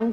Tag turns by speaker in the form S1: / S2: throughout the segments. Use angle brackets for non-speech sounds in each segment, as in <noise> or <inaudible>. S1: I'm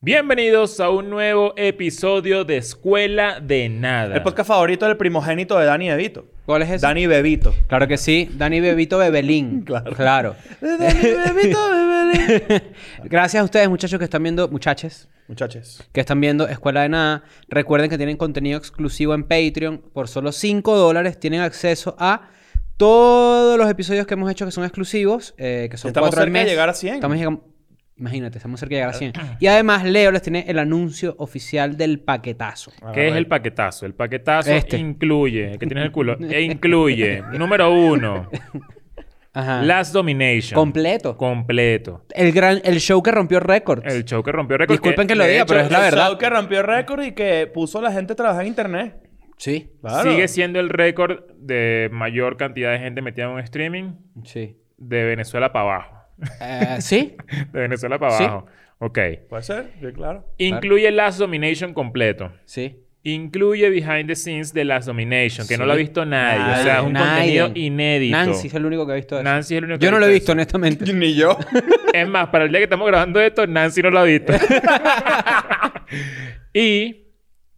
S2: Bienvenidos a un nuevo episodio de Escuela de Nada.
S3: El podcast favorito del primogénito de Dani Bebito.
S4: ¿Cuál es ese?
S3: Dani Bebito.
S4: Claro que sí, Dani Bebito
S3: <laughs>
S4: Bebelín.
S3: Claro.
S4: Claro.
S3: Dani <laughs> Bebito, Bebelín.
S4: <laughs> Gracias a ustedes, muchachos, que están viendo, muchaches,
S3: Muchachos.
S4: que están viendo Escuela de Nada. Recuerden que tienen contenido exclusivo en Patreon. Por solo 5 dólares tienen acceso a todos los episodios que hemos hecho que son exclusivos, eh, que son
S3: Estamos
S4: cuatro al
S3: cerca de
S4: mes.
S3: llegar a 100.
S4: Estamos llegam- Imagínate, estamos cerca de llegar a 100. Y además, Leo les tiene el anuncio oficial del paquetazo.
S2: ¿Qué es el paquetazo? El paquetazo
S4: Este.
S2: incluye, el que tienes en el culo,
S4: <laughs>
S2: e incluye, número uno,
S4: Ajá.
S2: Last Domination.
S4: Ah. Completo.
S2: Completo.
S4: El gran... El show que rompió récords.
S2: El show que rompió récord.
S4: Disculpen que lo
S2: de
S4: diga,
S2: hecho,
S4: pero es la
S3: el
S4: verdad.
S3: show que rompió récord y que puso a la gente a trabajar en internet.
S4: Sí.
S3: Claro.
S2: Sigue siendo el récord de mayor cantidad de gente metida en un streaming
S4: Sí.
S2: de Venezuela para abajo. <laughs>
S4: Eh, ¿Sí?
S2: De Venezuela para
S4: Sí.
S2: abajo. Ok.
S3: Puede ser, sí, claro.
S2: Incluye Last Domination completo.
S4: Sí.
S2: Incluye Behind the Scenes de Last Domination, que no
S4: Sí.
S2: lo ha visto nadie. o sea, es un
S4: Nadie.
S2: contenido inédito.
S4: Nancy es el único que ha visto eso.
S2: Nancy es el único que
S4: Yo no
S2: ha
S4: lo he
S2: visto
S4: visto,
S3: <laughs>
S4: honestamente.
S3: Ni yo.
S2: Es más, para el día que estamos grabando esto, Nancy no lo ha
S4: <laughs>
S2: visto. y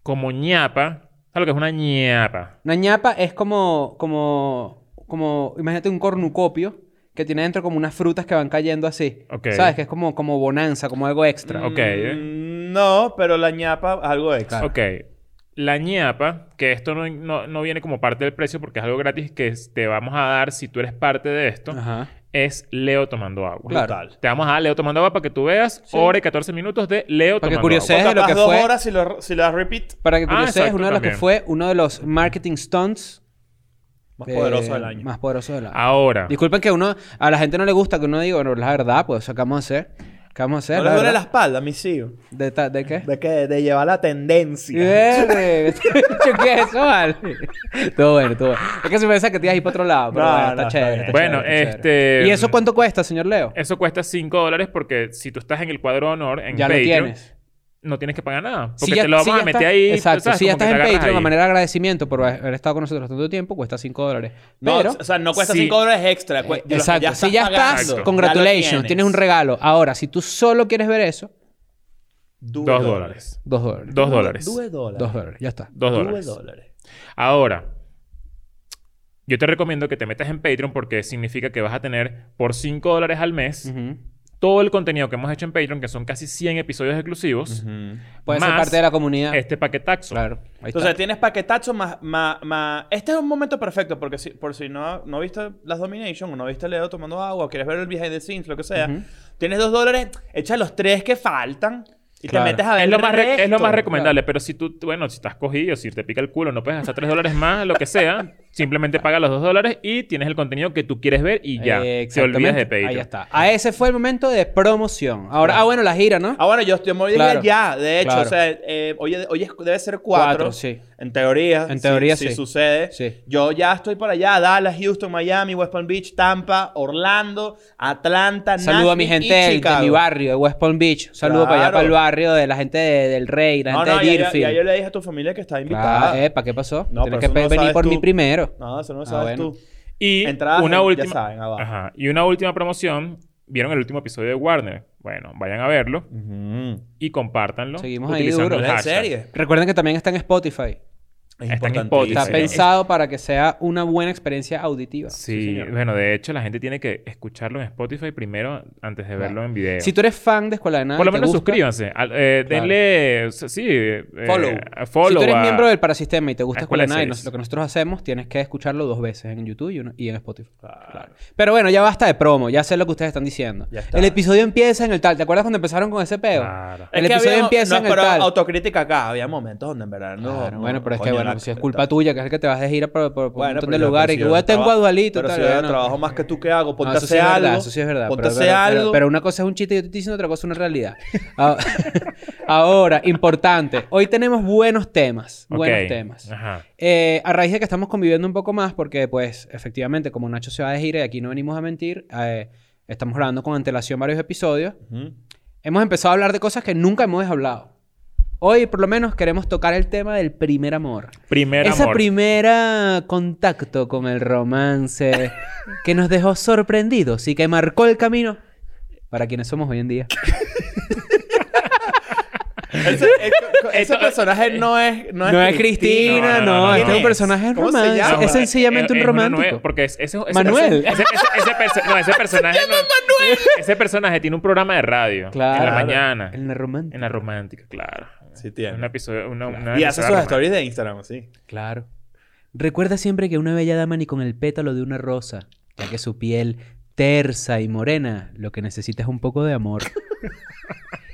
S2: como ñapa, ¿sabes lo que es una ñapa?
S4: Una ñapa es como, como, como, imagínate un cornucopio que tiene dentro como unas frutas que van cayendo así.
S2: Ok.
S4: ¿Sabes? Que es como, como bonanza, como algo extra.
S2: Ok. ¿eh?
S3: Mm, No, pero la ñapa, algo extra.
S2: Ok. La ñapa, que esto no, no- no viene como parte del precio porque es algo gratis que te vamos a dar si tú eres parte de esto,
S4: Ajá.
S2: es Leo tomando agua.
S4: Claro.
S3: Brutal.
S2: Te vamos a dar Leo tomando agua para que tú veas hora y 14 minutos de Leo
S4: Para que
S2: tomando
S4: curiosees.
S2: agua.
S4: Es de lo
S3: Capaz
S4: que
S3: dos
S4: fue.
S3: horas si lo, si la repeat
S4: Para que
S2: Ah,
S4: curiosees,
S2: exacto,
S4: uno de los que
S2: también.
S4: fue uno de los marketing stunts
S3: más
S4: eh,
S3: poderoso del año.
S4: Más poderoso del año.
S2: Ahora.
S4: Disculpen que uno, a la gente no le gusta que uno diga, bueno, la verdad, pues, eso que vamos a hacer. ¿Qué vamos a hacer?
S3: No le duele la
S4: verdad.
S3: espalda, mis hijos.
S4: ¿De, ta- de qué?
S3: De que de llevar la
S4: Eh,
S3: tendencia.
S4: Verde, <laughs> ¿qué es eso, vale? Todo bueno, todo bueno. Es que se piensa que te ibas a ir para otro lado, pero
S3: No,
S4: bueno, está
S3: no, está
S4: chévere.
S3: bien.
S4: está
S2: Bueno,
S4: chévere, está chévere.
S2: este-
S4: ¿Y eso cuánto cuesta, señor Leo?
S2: Eso cuesta 5 dólares porque si tú estás en el cuadro de honor, en
S4: Ya lo
S2: Patreon,
S4: tienes.
S2: no tienes que pagar nada. Porque
S4: Si ya-
S2: te lo vamos
S4: si
S2: a
S4: ya
S2: meter
S4: está-
S2: ahí.
S4: Exacto.
S2: ¿sabes?
S4: Si ya
S2: Como que
S4: estás
S2: te
S4: en
S2: agarras
S4: Patreon, de
S2: ahí.
S4: manera de agradecimiento por haber estado con nosotros tanto tiempo, cuesta 5 dólares.
S3: No,
S4: Pero,
S3: o sea, no cuesta
S2: sí.
S3: 5 dólares extra. cu-
S4: eh,
S3: de los que
S4: exacto. si ya
S3: pagando.
S4: estás,
S2: Exacto.
S4: congratulations,
S3: Ya lo
S4: tienes. un regalo. Ahora, si tú solo quieres ver eso,
S3: Duro.
S2: Dos dólares.
S4: 2 dólares.
S2: Dos dólares.
S3: Dos dólares.
S4: 2 dólares, ya está.
S2: Dos
S3: Dólares.
S2: dólares. Ahora, yo te recomiendo que te metas en Patreon porque significa que vas a tener por 5 dólares al mes
S4: Ujú.
S2: todo el contenido que hemos hecho en Patreon, que son casi 100 episodios exclusivos,
S4: Puedes ser
S2: Más
S4: parte de la comunidad.
S2: este paquetazo.
S4: Claro. Ahí está.
S3: Entonces tienes paquetazo más, más, más- Este es un momento perfecto porque si, por si no, no viste las Domination o no viste Leo tomando agua o quieres ver el behind the scenes, lo que sea. Tienes dos dólares, echa los tres que faltan y
S4: Claro.
S3: te metes a ver
S2: Es lo,
S3: el
S2: más re- es lo
S3: resto.
S2: más recomendable, pero si tú, bueno, si estás cogido, si te pica el culo, no puedes gastar 3 dólares más, lo que sea, <laughs> simplemente paga los 2 dólares y tienes el contenido que tú quieres ver y ya.
S4: Eh,
S2: Te olvidas de
S4: exactamente.
S2: Patreon.
S4: Ahí está. A ese fue el momento de promoción. Ahora, ah, bueno, la gira, ¿no?
S3: Ah, bueno, yo estoy muy
S4: Claro.
S3: ya, de hecho,
S4: Claro.
S3: o sea, eh, hoy, es- hoy es- debe ser cuatro.
S4: Cuatro, sí.
S3: En teoría.
S4: En
S3: si-
S4: teoría,
S3: si,
S4: sí.
S3: sucede.
S4: Sí.
S3: Yo ya estoy para allá, Dallas, Houston, Miami, West Palm Beach, Tampa, Orlando, Atlanta,
S4: Saludo a
S3: Nashville
S4: mi
S3: y
S4: gente del- de
S3: Chicago.
S4: mi barrio, de West Palm Beach. Saludo para allá,
S3: Claro.
S4: para el barrio de la gente de- del Rey, la
S3: No,
S4: gente
S3: no,
S4: de
S3: ya, ya-
S4: Deerfield.
S3: ya yo le dije a tu familia que está invitada.
S4: Claro, epa, ¿qué pasó?
S3: No, pero
S4: Tienes que
S3: eso no
S4: pe-
S3: lo
S4: venir
S3: sabes
S4: por
S3: tú.
S4: mí primero.
S3: No, eso no lo
S4: Ah,
S3: sabes
S4: bueno.
S3: tú.
S2: Y
S3: Entradas
S2: una
S3: en- ya
S2: última.
S3: saben, abajo.
S2: Ajá. Y una última promoción. ¿Vieron el último episodio de Warner? Bueno, vayan a verlo y compártanlo.
S4: Seguimos ahí
S2: utilizando
S4: duro.
S2: el
S3: ¿Es en
S2: hashtag.
S3: serio? Es
S4: Recuerden que también está en Spotify.
S2: Está en
S3: importantísimo.
S2: Spotify.
S4: Está
S2: Sí,
S4: pensado para que sea una buena experiencia auditiva.
S2: Sí, bueno, de hecho, la gente tiene que escucharlo en Spotify primero antes de verlo en video.
S4: Si tú eres fan de Escuela de Nada,
S2: Por lo
S4: y te
S2: menos
S4: gusta,
S2: suscríbanse. al- eh,
S4: Claro.
S2: Denle. o sea, Sí. eh,
S3: Follow.
S2: a follow
S4: si tú eres
S2: a-
S4: miembro del Parasistema y te gusta
S2: a Escuela
S4: Escuela de Nada
S2: de
S4: y nos-
S2: Series.
S4: lo que nosotros hacemos, tienes que escucharlo dos veces en YouTube y, uno- y en Spotify. Claro. Pero bueno, ya basta de promo, ya sé lo que ustedes están diciendo.
S3: Ya está.
S4: El episodio empieza en el tal. ¿Te acuerdas cuando empezaron con ese peo?
S2: Claro.
S3: Es
S4: El
S3: que
S4: episodio
S3: había-
S4: empieza
S3: no,
S4: en el
S3: pero
S4: tal.
S3: autocrítica acá. Había momentos donde en verdad no.
S4: Claro,
S3: no,
S4: bueno, pero es que
S3: coño,
S4: bueno, bueno, si es culpa tuya, que es el que te vas de gira por, por- por un montón de lugares. Y
S3: yo
S4: que "Uy, tengo a Dualito,
S3: Pero
S4: tal.
S3: si yo
S4: bueno.
S3: trabajo más que tú que hago,
S4: No,
S3: ponte
S4: eso sí
S3: a
S4: es
S3: hacer
S4: verdad,
S3: algo.
S4: eso sí es verdad.
S3: Ponte
S4: pero,
S3: a hacer
S4: pero- pero-
S3: algo.
S4: pero una cosa es un chiste y yo te estoy diciendo otra cosa, una realidad. Ah, <laughs> Ahora, importante. Hoy tenemos buenos temas.
S2: Ok.
S4: Buenos temas.
S2: Ajá.
S4: Eh, a raíz de que estamos conviviendo un poco más, porque pues efectivamente, como Nacho se va de gira y aquí no venimos a mentir, eh, estamos grabando con antelación varios episodios,
S3: Ujú.
S4: hemos empezado a hablar de cosas que nunca hemos hablado. Hoy por lo menos queremos tocar el tema del primer amor.
S2: Primer
S4: Esa
S2: amor.
S4: primera contacto con el <laughs> romance que nos dejó sorprendidos y que marcó el camino para quienes somos hoy en día.
S3: Ese, es- ese personaje no es. No es,
S4: No es Cristina,
S2: no,
S4: no,
S2: no, no,
S4: este
S2: no.
S4: es un personaje
S3: ¿Cómo se
S4: romance,
S3: llama?
S4: es sencillamente un
S2: es una nueva-
S4: romántico.
S2: eh, Porque es- ese, ese-
S4: Manuel.
S2: Ese, ese- ese perso-
S4: <laughs>
S2: no, ese personaje. no- Ese personaje tiene un programa de radio. En la
S4: Claro.
S2: mañana.
S4: En la romántica.
S2: En la romántica, claro.
S3: Sí tiene.
S2: Un episodio. una- una
S3: Y hace
S2: episodio
S3: sus
S2: romántico.
S3: stories de Instagram, así.
S4: Claro. Recuerda siempre que una bella dama ni con el pétalo de una rosa, ya que su piel tersa y morena, lo que necesita es un poco de
S3: <laughs>
S4: amor.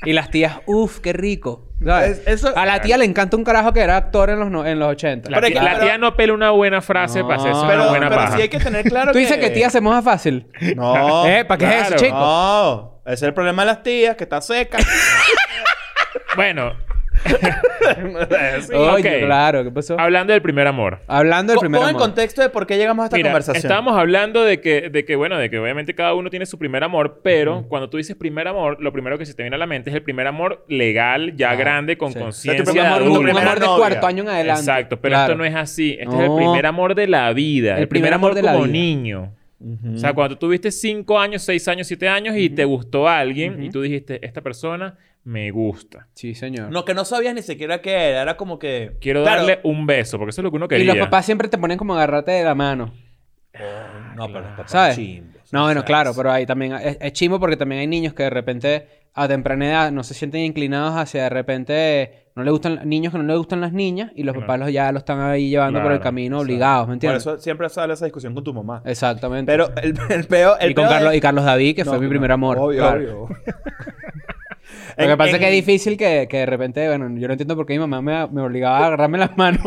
S4: y las tías, uff, qué rico. ¿Sabes?
S3: Es- eso-
S4: A la tía le encanta un carajo que era actor en los, no- en los 80.
S2: La,
S3: Pero es
S2: tía,
S3: que-
S2: la
S3: pero-
S2: tía no pela una buena frase
S4: No,
S2: para hacerse una
S3: Pero,
S2: buena
S3: pero
S2: paja.
S3: sí hay que tener claro
S4: Ah, Tú
S3: que.
S4: dices que tía se moja fácil.
S3: No.
S4: <laughs> ¿Eh? ¿Para qué es eso,
S2: claro.
S4: chico?
S3: No. Oh, Ese es el problema de las tías, que está
S4: <laughs>
S3: seca.
S2: Bueno,
S3: Sí.
S4: Oye,
S2: ok.
S4: claro, ¿qué pasó?
S2: hablando del primer amor.
S4: Hablando del
S3: Pon
S4: primer
S3: en
S4: amor.
S3: contexto de por qué llegamos a esta
S2: Mira,
S3: conversación.
S2: estábamos hablando de que, de que, bueno, de que obviamente cada uno tiene su primer amor, pero cuando tú dices primer amor, lo primero que se te viene a la mente es el primer amor legal, ya grande, con
S4: sí.
S2: conciencia.
S3: O sea, tu
S4: Un
S3: primer
S2: de
S4: amor, un
S2: adulto.
S3: primera
S4: amor de
S3: novia.
S4: cuarto año en adelante.
S2: Exacto, pero
S4: Claro.
S2: esto no es así. Este es
S4: No.
S2: el primer amor de la vida. El, primer amor,
S4: de la
S2: como
S4: vida.
S2: niño.
S3: Ujú.
S2: O sea, cuando tú tuviste 5 años, 6 años, 7 años y te gustó a alguien y tú dijiste, esta persona me gusta.
S4: Sí, señor.
S3: No, que no sabías ni siquiera qué era. Era como que.
S2: Quiero
S3: Claro.
S2: darle un beso, porque eso es lo que uno
S4: y
S2: quería.
S4: los papás siempre te ponen como agarrate de la mano.
S3: Ah, No, pero los papás
S4: ¿Sabes?
S3: chimbos.
S4: No,
S3: O
S4: bueno,
S3: sea,
S4: claro, pero ahí también es, es chimbo porque también hay niños que de repente a temprana edad no se sienten inclinados hacia de repente no le gustan niños que no le gustan las niñas y los
S2: Claro.
S4: papás los ya los están ahí llevando por el
S2: Claro,
S4: camino obligados, ¿me
S3: Por
S4: entiendes?
S3: eso siempre sale esa discusión con tu mamá.
S4: Exactamente.
S3: Pero el, el peor. El
S4: y con
S3: peor
S4: Carlos
S3: es-
S4: y Carlos David, que
S3: No,
S4: fue mi
S3: no,
S4: primer amor.
S3: Obvio,
S4: claro.
S3: obvio.
S4: <laughs>
S3: <laughs>
S4: Lo que
S3: En-
S4: pasa es
S3: en-
S4: que es difícil que, que de repente, bueno, yo no entiendo por qué mi mamá me, me obligaba a agarrarme las manos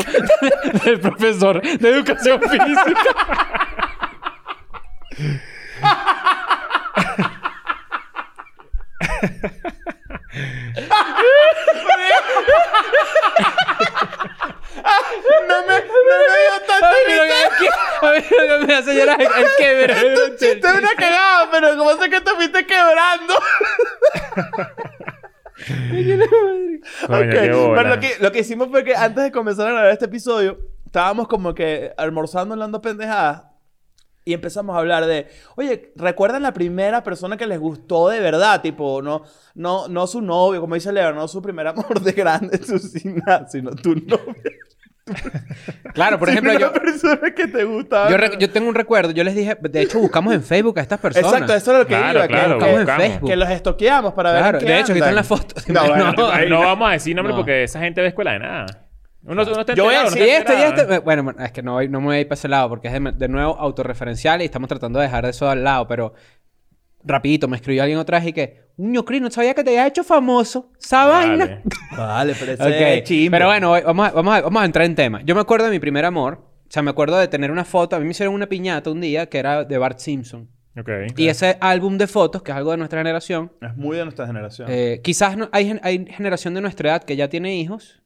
S4: del profesor de educación física.
S3: No me, no me dio
S4: A
S3: tanto
S4: mí lo <laughs>
S3: risa.
S4: que- a mí lo que me hace llorar es el
S3: Tu chiste
S4: quebre.
S3: era una cagada, pero como sé que te fuiste quebrando.
S2: <laughs> Coño,
S3: <laughs> Ok,
S2: qué bola.
S3: Pero lo que, lo que hicimos fue que antes de comenzar a grabar este episodio, estábamos como que almorzando, hablando pendejadas. Y empezamos a hablar de, oye, ¿recuerdan la primera persona que les gustó de verdad? Tipo, no, no, no su novio, como dice Leo, no su primer amor de grande, <laughs> su sin nada, sino tu novio. <laughs>
S4: Claro, por
S3: Sino
S4: ejemplo,
S3: una
S4: yo,
S3: persona que te gustaba.
S4: Yo, rec- yo tengo un recuerdo, yo les dije, de hecho buscamos en Facebook a estas personas.
S3: Exacto, eso es lo que
S2: Claro,
S3: iba, que-
S2: claro,
S3: que,
S4: buscamos en
S2: buscamos.
S4: Facebook.
S3: que los estoqueamos para ver.
S4: Claro,
S3: en qué
S4: de hecho, aquí están
S3: andan.
S4: las fotos.
S3: No, bueno,
S4: <laughs> No,
S2: Ay, <laughs> no vamos a decir nombre
S4: No.
S2: porque esa gente de escuela de nada. Uno, uno está
S3: Yo voy a
S2: enterado,
S3: decir
S2: no
S4: Y
S2: está
S4: este, y
S2: enterado, ¿eh?
S4: este. Bueno, bueno, es que no, voy- no me voy a ir para ese lado porque es de, de nuevo autorreferencial y estamos tratando de dejar eso al lado, pero rapidito me escribió alguien otra vez y que, uño, Cris, no sabía que te había hecho famoso. Esa vaina.
S2: Vale.
S3: Vale, pero ese es
S4: <laughs> Ok,
S3: chimbo.
S4: Pero bueno, hoy vamos a, vamos, a, vamos a entrar en tema. Yo me acuerdo de mi primer amor. O sea, me acuerdo de tener una foto. A mí me hicieron una piñata un día que era de Bart Simpson.
S2: Ok.
S4: Y ese álbum de fotos, que es algo de nuestra generación,
S3: Es muy de nuestra generación.
S4: Eh, quizás no- hay, gen- hay generación de nuestra edad que ya tiene hijos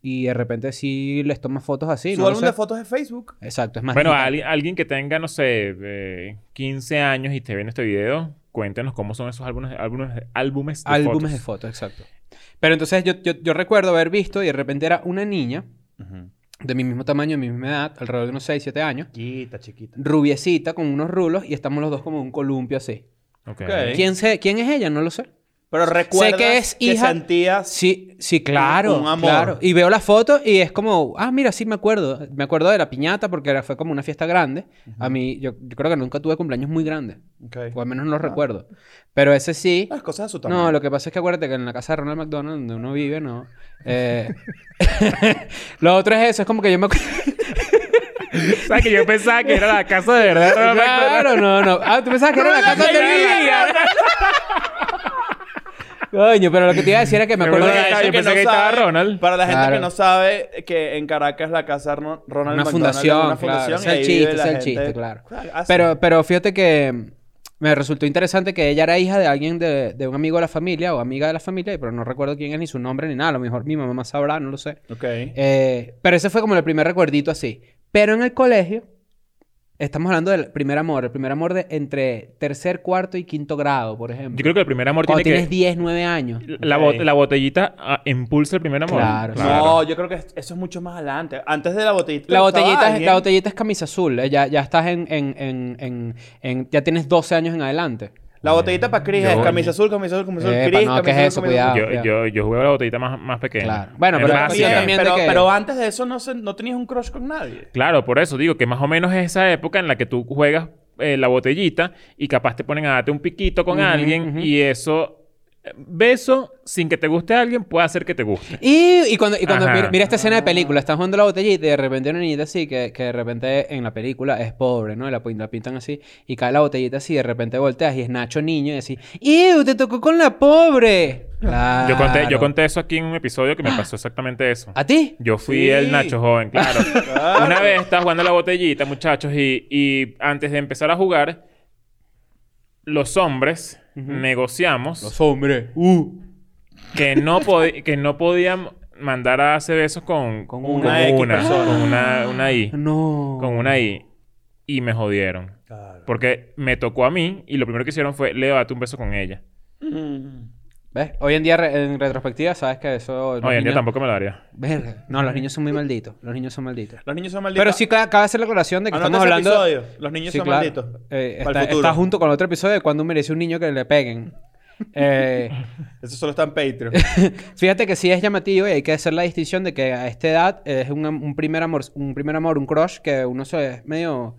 S4: y de repente sí les toma fotos así.
S3: Su
S4: no lo
S3: álbum
S4: sé.
S3: de fotos de Facebook.
S4: Exacto, es más.
S2: Bueno,
S4: digital.
S2: ali- alguien que tenga, no sé, eh, 15 años y esté viendo este video, cuéntenos cómo son esos álbumes, álbumes, álbumes de
S4: álbumes
S2: fotos.
S4: de fotos, exacto. Pero entonces yo, yo, yo recuerdo haber visto y de repente era una niña de mi mismo tamaño, de mi misma edad, alrededor de unos 6, 7 años,
S3: Chiquita, chiquita.
S4: rubiecita con unos rulos y estamos los dos como en un columpio así.
S2: Ok.
S3: Ok.
S4: ¿Quién, se, ¿Quién es ella? No lo sé.
S3: Pero recuerda
S4: que es hija-
S3: sentías...
S4: Sí, sí, claro.
S3: Un amor.
S4: claro. Y veo la foto y es como, ah, mira, sí me acuerdo. Me acuerdo de la piñata porque era- fue como una fiesta grande. A mí, yo, yo creo que nunca tuve cumpleaños muy grandes.
S3: Ok.
S4: O al menos no lo recuerdo. Pero ese sí.
S3: Las cosas de su tamaño.
S4: No, lo que pasa es que acuérdate que en la casa de Ronald McDonald, donde uno vive, no. Eh, <laughs> lo otro es eso, es como que yo me acuerdo.
S2: <laughs> ¿Sabes que yo pensaba que era la casa de
S4: <laughs>
S2: verdad? No, no, no, no.
S4: claro, no, no. Ah, tú pensabas que era la casa de
S2: Ronald
S4: mi hija. Coño, pero lo que te iba a decir era que me
S2: Me
S4: acuerdo
S2: Pero
S3: Para
S2: ahí
S3: la
S2: yo
S3: gente
S2: pensé
S3: no
S2: que ahí estaba
S3: sabe-
S2: Ronald.
S3: Para la gente
S4: Claro.
S3: que no sabe que en Caracas la casa Ron- Ronald McDonald
S4: Una
S3: es
S4: fundación,
S3: una
S4: claro.
S3: fundación
S4: Es
S3: y ahí
S4: el
S3: vive
S4: chiste,
S3: la
S4: es el
S3: gente.
S4: chiste, claro.
S3: así.
S4: Pero, pero fíjate que me resultó interesante que ella era hija de alguien de, de un amigo de la familia o amiga de la familia, pero no recuerdo quién es ni su nombre ni nada. A lo mejor mi mamá sabrá, no lo sé.
S3: Ok.
S4: Eh, pero ese fue como el primer recuerdito así. Pero en el colegio, estamos hablando del primer amor, el primer amor de entre tercer, cuarto y quinto grado, por ejemplo.
S2: Yo creo que el primer amor
S4: Cuando
S2: tiene
S4: tienes
S2: que...
S4: 10, 9 años.
S2: La,
S3: Ok.
S2: bot- la botellita ah, impulsa el primer amor.
S4: Claro,
S3: No, yo creo que es- eso es mucho más adelante. Antes de la botellita.
S4: La
S3: estaba
S4: botellita, es,
S3: alguien.
S4: la botellita es camisa azul. eh, Ya, ya estás en, en, en, en- en- Ya tienes 12 años en adelante.
S3: La botellita para Cris es
S2: Yo-
S3: camisa azul, camisa azul, camisa azul,
S4: Epa,
S3: Cris,
S4: no,
S3: camisa
S4: ¿qué es
S3: azul,
S4: eso?
S3: camisa
S4: Cuidado.
S3: azul.
S2: Yo, yo, yo jugué a la botellita más, más pequeña.
S4: Ah, Claro. Bueno,
S2: Es
S4: pero-
S2: más
S4: Sí,
S2: pequeña.
S4: también.
S3: pero,
S4: de que-
S3: pero antes de eso no, se- no tenías un crush con nadie.
S2: Claro, por eso digo que más o menos es esa época en la que tú juegas eh, la botellita y capaz te ponen a darte un piquito con
S4: Ujú,
S2: alguien
S4: ujú.
S2: y eso... eh, Beso sin que te guste a alguien puede hacer que te guste.
S4: Y, y cuando, y cuando
S2: Ajá.
S4: mira, mira esta escena de película, están jugando la botellita y de repente una niñita así, que, que de repente en la película es pobre, ¿no? Y La, pin- la pintan así y cae la botellita así, de repente volteas y es Nacho niño y así, ¡Ew! ¡Te tocó con la pobre! Claro. Ah.
S2: Yo conté, yo conté eso aquí en un episodio que me pasó exactamente eso.
S4: ¿A ti?
S2: Yo fui
S3: Sí.
S2: el Nacho joven,
S4: <laughs>
S2: claro.
S3: Claro.
S2: Una vez estaba jugando a la botellita, muchachos, y, y antes de empezar a jugar, los hombres negociamos
S4: hombres. Uh.
S2: que no, podi- que no podían mandar a hacer besos con,
S4: Con
S2: con
S3: una X
S2: una,
S3: persona.
S2: con una, una I.
S4: No.
S2: Con una I. Y me jodieron. Porque me tocó a mí y lo primero que hicieron fue, Leo, date un beso con ella.
S3: Mm.
S4: ¿Ves? Hoy en día, re- en retrospectiva, sabes que eso... los
S2: Oye, yo
S4: niños-
S2: tampoco me lo haría.
S4: Verga. No, los niños son muy malditos. Los niños son malditos.
S3: Los niños son malditos.
S4: Pero sí ca- cabe hacer la aclaración de que
S3: Anota
S4: estamos
S3: ese
S4: hablando...
S3: episodio. Los niños
S4: Sí,
S3: son
S4: claro.
S3: malditos.
S4: Eh,
S3: Para el
S4: está,
S3: futuro.
S4: está junto con otro episodio de cuando merece un niño que le peguen.
S3: <laughs>
S4: Eh,
S3: Eso solo está en Patreon.
S4: fíjate que sí es llamativo y hay que hacer la distinción de que a esta edad es un, am- un primer amor, un primer amor, un crush que uno se es medio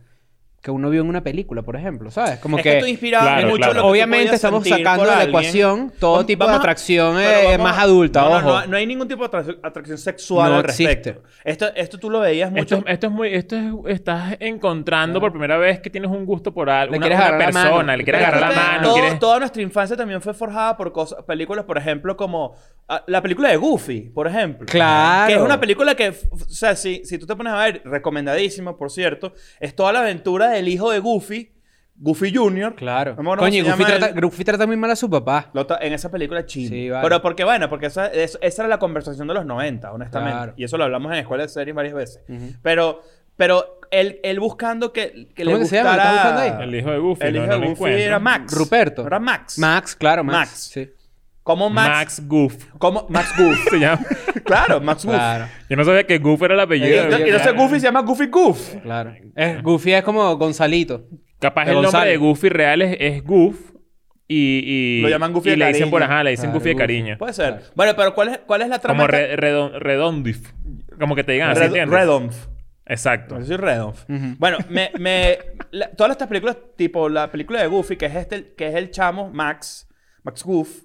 S4: que uno vio en una película, por ejemplo, ¿sabes? <laughs> Como
S3: es que, tú inspirabas
S2: Claro,
S3: mucho
S2: claro.
S3: lo que tú
S4: obviamente
S3: podías
S4: estamos
S3: sentir
S4: sacando
S3: por
S4: de la
S3: alguien.
S4: ecuación todo
S3: Vamos-
S4: tipo de
S3: vamos a-
S4: atracción
S3: pero
S4: eh,
S3: vamos
S4: más
S3: a-
S4: adulta,
S3: no, no,
S4: ojo.
S3: No, no hay ningún tipo de atrac- atracción sexual
S4: No
S3: al respecto.
S4: existe.
S3: Esto, esto tú lo veías
S2: Esto,
S3: mucho.
S2: es- esto es muy... Esto es, estás encontrando por primera vez que tienes un gusto por algo.
S4: Le
S2: Una,
S4: quieres
S2: una
S4: agarrar la mano.
S2: persona. Le quieres
S4: Pero
S2: agarrar la
S4: ustedes
S2: mano.
S3: todo-
S2: quieres-
S3: Toda nuestra infancia también fue forjada por cosas, películas, por ejemplo, como ah, la película de Goofy, por ejemplo.
S4: Claro.
S3: Que es una película que, f- o sea, si, si tú te pones a ver, recomendadísima, por cierto, es toda la aventura del hijo de Goofy, Goofy Jr.
S4: Claro.
S3: No me acuerdo
S4: Coño, y
S3: cómo se
S4: Goofy
S3: llama
S4: trata,
S3: él.
S4: Goofy trata muy mal a su papá.
S3: Lo ta- en esa película chino.
S4: Sí, vale.
S3: Pero porque, bueno, porque esa, es- esa era la conversación de los 90, honestamente.
S4: Claro.
S3: Y eso lo hablamos en la escuela de series varias veces.
S4: Ujú.
S3: Pero, pero él, él buscando que, que le
S4: ¿Cómo que se llama? ¿Lo
S3: gustara...
S4: estás buscando ahí?
S2: El hijo de Goofy.
S3: El
S2: no-
S3: hijo
S2: no
S3: de
S2: lo
S3: Goofy
S2: encuentro.
S3: era Max.
S4: Ruperto.
S3: Era Max.
S4: Max, claro, Max.
S3: Max.
S4: Sí.
S3: ¿Cómo Max?
S2: Max Goof.
S3: ¿Cómo? Max Goof.
S2: Se llama.
S3: <laughs>
S2: <laughs>
S3: claro, Max Goof.
S4: Claro.
S2: Yo no sabía que Goof era el apellido.
S3: Y
S4: Yo-
S3: ento-
S4: yo-
S3: y entonces Goofy se llama Goofy Goof.
S4: Claro. Es, Goofy es como Gonzalito.
S2: Capaz
S4: de
S2: el nombre
S4: González.
S2: de Goofy real es, es Goof. Y, y-
S3: Lo llaman Goofy
S2: y
S3: de
S2: le dicen
S3: cariño. Pues,
S2: por ajá, le dicen
S4: Claro,
S2: Goofy de
S4: Ah, Goofy.
S2: cariño.
S3: Puede ser. Bueno, pero ¿cuál es, cuál es la trama?
S2: Como re- redon- redondif. Como que te digan así,
S3: Red-
S2: ¿entiendes?
S3: Redonf.
S2: Exacto.
S3: Yo soy Redonf. Bueno, me, me-
S4: <laughs>
S3: la- todas estas películas, tipo la película de Goofy, que es, este, que es el chamo Max, Max Goof,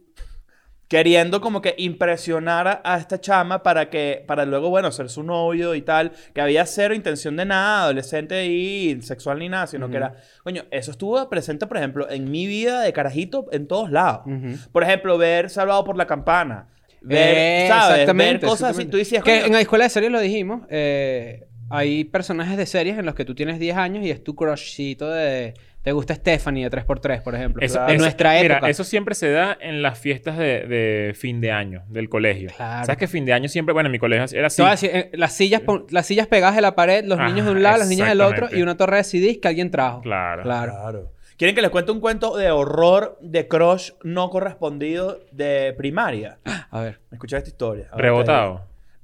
S3: queriendo como que impresionar a, a esta chama para que, para luego, bueno, ser su novio y tal, que había cero intención de nada, adolescente y sexual ni nada, sino que era, coño, eso estuvo presente, por ejemplo, en mi vida de carajito en todos lados. Por ejemplo, ver Salvado por la Campana. Ver,
S4: Eh,
S3: ¿sabes?
S4: exactamente,
S3: ver cosas así.
S4: exactamente.
S3: Tú decías,
S4: que
S3: coño,
S4: en la escuela de series lo dijimos. eh, hay personajes de series en los que tú tienes 10 años y es tu crushcito de. Te gusta Stephanie de 3x3, por ejemplo.
S2: Eso-
S4: de
S2: eso-
S4: nuestra época.
S2: Mira, eso siempre se da en las fiestas de, de fin de año del colegio.
S4: Claro.
S2: ¿Sabes que fin de año siempre, bueno, en mi colegio era así?
S4: Te voy a decir, eh, las, sillas pon- las sillas pegadas de la pared, los
S2: Ajá,
S4: niños de un lado, las niñas del otro
S2: exactamente.
S4: y una torre de CDs que alguien trajo.
S2: Claro.
S4: Claro.
S3: Claro. ¿Quieren que les cuente un cuento de horror de crush no correspondido de primaria?
S4: A ver.
S3: Escuchad esta historia. A ver,
S2: Rebotado.
S3: te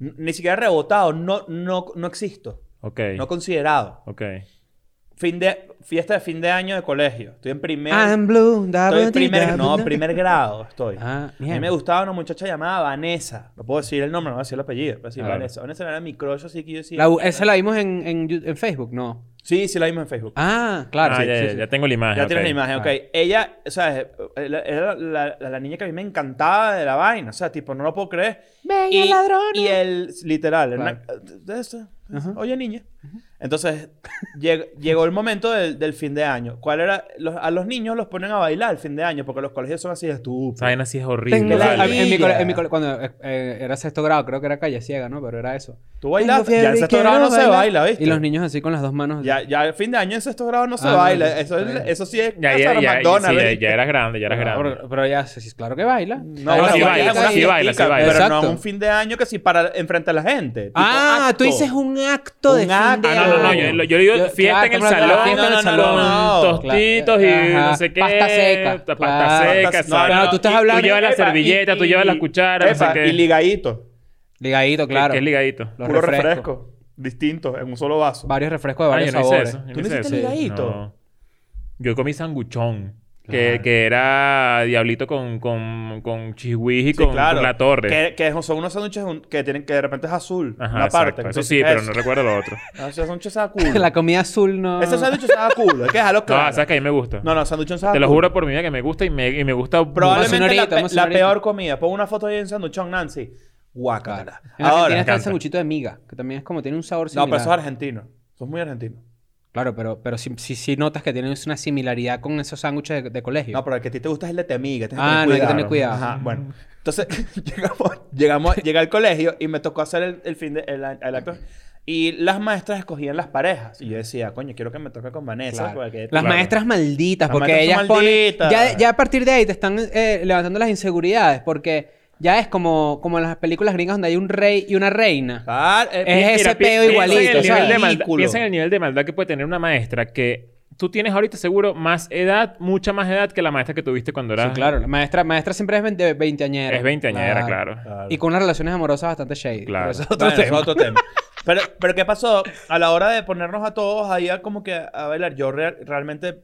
S3: digo. N- Ni siquiera rebotado. No, no, no existo.
S2: Ok.
S3: No considerado.
S2: ok.
S3: Fin de, fiesta de fin de año de colegio. Estoy en primer...
S4: I'm blue. da,
S3: estoy
S4: da,
S3: en primer...
S4: da,
S3: No,
S4: da.
S3: primer grado estoy.
S4: Ah,
S3: A mí me
S4: mierda.
S3: gustaba una muchacha llamada Vanessa. No puedo decir el nombre, no voy a decir el apellido. Voy a decir
S2: Claro.
S3: Vanessa. Vanessa era mi crush, así que yo decía...
S4: <laughs> La u- esa la vimos en, en, Yu- en Facebook, no.
S3: Sí, sí la vimos en Facebook.
S4: Ah, claro.
S2: Ah,
S4: sí,
S2: ya,
S4: sí,
S2: ya,
S4: sí.
S2: ya tengo la imagen.
S3: Ya tienes
S2: Ah, ok.
S3: la imagen, ok. Ella, o sea, eh, la- era la, la- la niña que a mí me encantaba de la vaina. O sea, tipo, no lo puedo creer.
S1: Ven,
S3: y,
S1: ladrón.
S3: y el, literal, era una-
S4: Ajá.
S3: oye niña. Entonces lleg- llegó el momento del, del fin de año. ¿Cuál era? Los- a los niños los ponen a bailar al fin de año porque los colegios son así de estúpidos.
S2: Saben así es horrible.
S4: Tengo la-
S2: vale.
S4: en mi cole- en mi cole- cuando eh, eh, era sexto grado, creo que era calle ciega, ¿no? Pero era eso.
S3: Tú
S4: Tengo
S3: bailas,
S4: fiebre
S3: ya en
S4: y
S3: sexto
S4: quiero
S3: grado no se
S4: bailar.
S3: baila, ¿viste?
S4: Y los niños así con las dos manos.
S3: Ya, ya el fin de año en sexto grado no se
S4: Ah, no,
S3: baila.
S4: no,
S3: eso,
S4: está bien.
S3: eso sí es
S2: Ya,
S3: casa
S2: ya,
S3: de
S2: ya,
S3: McDonald's,
S2: sí, ya,
S3: ¿viste?
S2: ya eras grande, ya eras grande.
S4: Ah, pero, pero ya, sí, sí, claro que baila.
S3: No,
S2: Ahora
S3: bueno,
S2: sí
S3: sí
S2: baila,
S3: baila,
S2: sí baila, sí baila.
S3: Pero no
S4: Exacto.
S3: es un fin de año que sí para enfrente a la gente. tipo
S4: Ah,
S3: acto.
S4: tú dices un acto de
S3: Un
S4: fin
S3: acto.
S4: de
S2: Ah, no, no, no. Yo,
S4: año.
S2: yo digo fiesta
S4: claro,
S2: en el
S4: claro,
S2: salón.
S4: fiesta en el
S3: No, no, no,
S4: salón.
S3: no, no.
S2: Tostitos y
S4: Ajá.
S2: no sé qué.
S4: Pasta seca.
S2: Pasta
S4: Claro.
S2: seca,
S3: Pasta- no,
S2: exacto.
S3: no, tú
S4: estás
S2: Y
S4: hablando-
S2: Tú llevas la
S3: Epa,
S2: servilleta,
S3: y-
S2: tú llevas la
S3: y-
S2: cuchara, no sé
S3: epa,
S2: qué.
S3: Y ligadito.
S4: Ligadito,
S2: Que-
S4: claro.
S2: Que es ligadito.
S4: Los
S3: puro refresco.
S4: refrescos.
S3: Distinto, en un solo vaso.
S4: Varios refrescos de
S2: Ah,
S4: varios
S2: yo no hice
S4: sabores.
S2: eso. yo
S3: ¿Tú
S2: no
S3: no
S2: hice
S3: hiciste
S2: eso.
S3: ligadito?
S2: No. Yo comí sanguchón. Que,
S4: Claro.
S2: que era diablito con, con, con chihuahua y
S3: Sí,
S2: con, con la torre.
S3: Que, que son unos sándwiches un- que tienen que de repente es azul.
S2: Ajá,
S3: una
S2: exacto.
S3: parte.
S2: Eso sí, pero no recuerdo lo otro.
S3: no. Esos sándwiches sabe a culo.
S4: <laughs> La comida azul no.
S3: Esos sándwiches sabe a culo. Hay que dejarlo
S2: No,
S3: claro.
S2: sabes que a mí me gusta.
S3: No, no, sándwiches sabe a
S2: Te lo
S3: culo.
S2: juro por mi vida que me gusta y me, y me gusta.
S3: Probablemente
S4: Vamos a
S3: la,
S4: hacer una horita,
S3: pe-
S4: vamos a hacer
S3: la
S4: una horita.
S3: peor comida. Pon una foto ahí en sanduchón, Nancy. Guacara.
S4: En Argentina
S3: Ahora.
S4: está el
S2: encanta.
S4: sanguchito de miga, que también es como tiene un sabor
S3: No,
S4: similar.
S3: pero eso es argentino. Eso es muy argentino.
S4: Claro, pero, pero sí, sí, sí notas que tienen una similaridad con esos sándwiches de, de colegio.
S3: No, pero el que a ti te gusta es el de temiga. tienes
S4: Ah, no, hay que tener cuidado.
S3: Ajá, bueno. Entonces, <laughs> llegamos, llegamos, llegué al colegio y me tocó hacer el, el fin de, el, el acto. Y las maestras escogían las parejas. Y yo decía, coño, quiero que me toque con Vanessa.
S4: Claro.
S3: Porque,
S4: Las
S3: claro.
S4: maestras malditas,
S3: Las
S4: porque
S3: maestras
S4: ellas
S3: son malditas.
S4: ponen... Ya, ya a partir de ahí te están eh, levantando las inseguridades, porque ya es como, como en las películas gringas donde hay un rey y una reina.
S3: Ah, eh,
S4: Es
S3: mira,
S4: ese
S2: pi-
S4: peo
S2: piensa
S4: igualito,
S2: En el nivel
S4: ¿sabes?
S2: de maldad,
S3: Ridículo.
S2: piensa en el nivel de maldad que puede tener una maestra que tú tienes ahorita seguro más edad, mucha más edad que la maestra que tuviste cuando
S4: Sí,
S2: eras.
S4: claro. La maestra, maestra siempre es 20, veinteañera.
S2: Es veinteañera, claro.
S3: claro.
S4: Y con unas relaciones amorosas bastante shady.
S2: Claro.
S4: Pero eso es otro
S3: Bueno, eso es
S4: tema.
S3: otro tema. Pero, pero ¿qué pasó? A la hora de ponernos a todos ahí a como que a bailar, yo real- realmente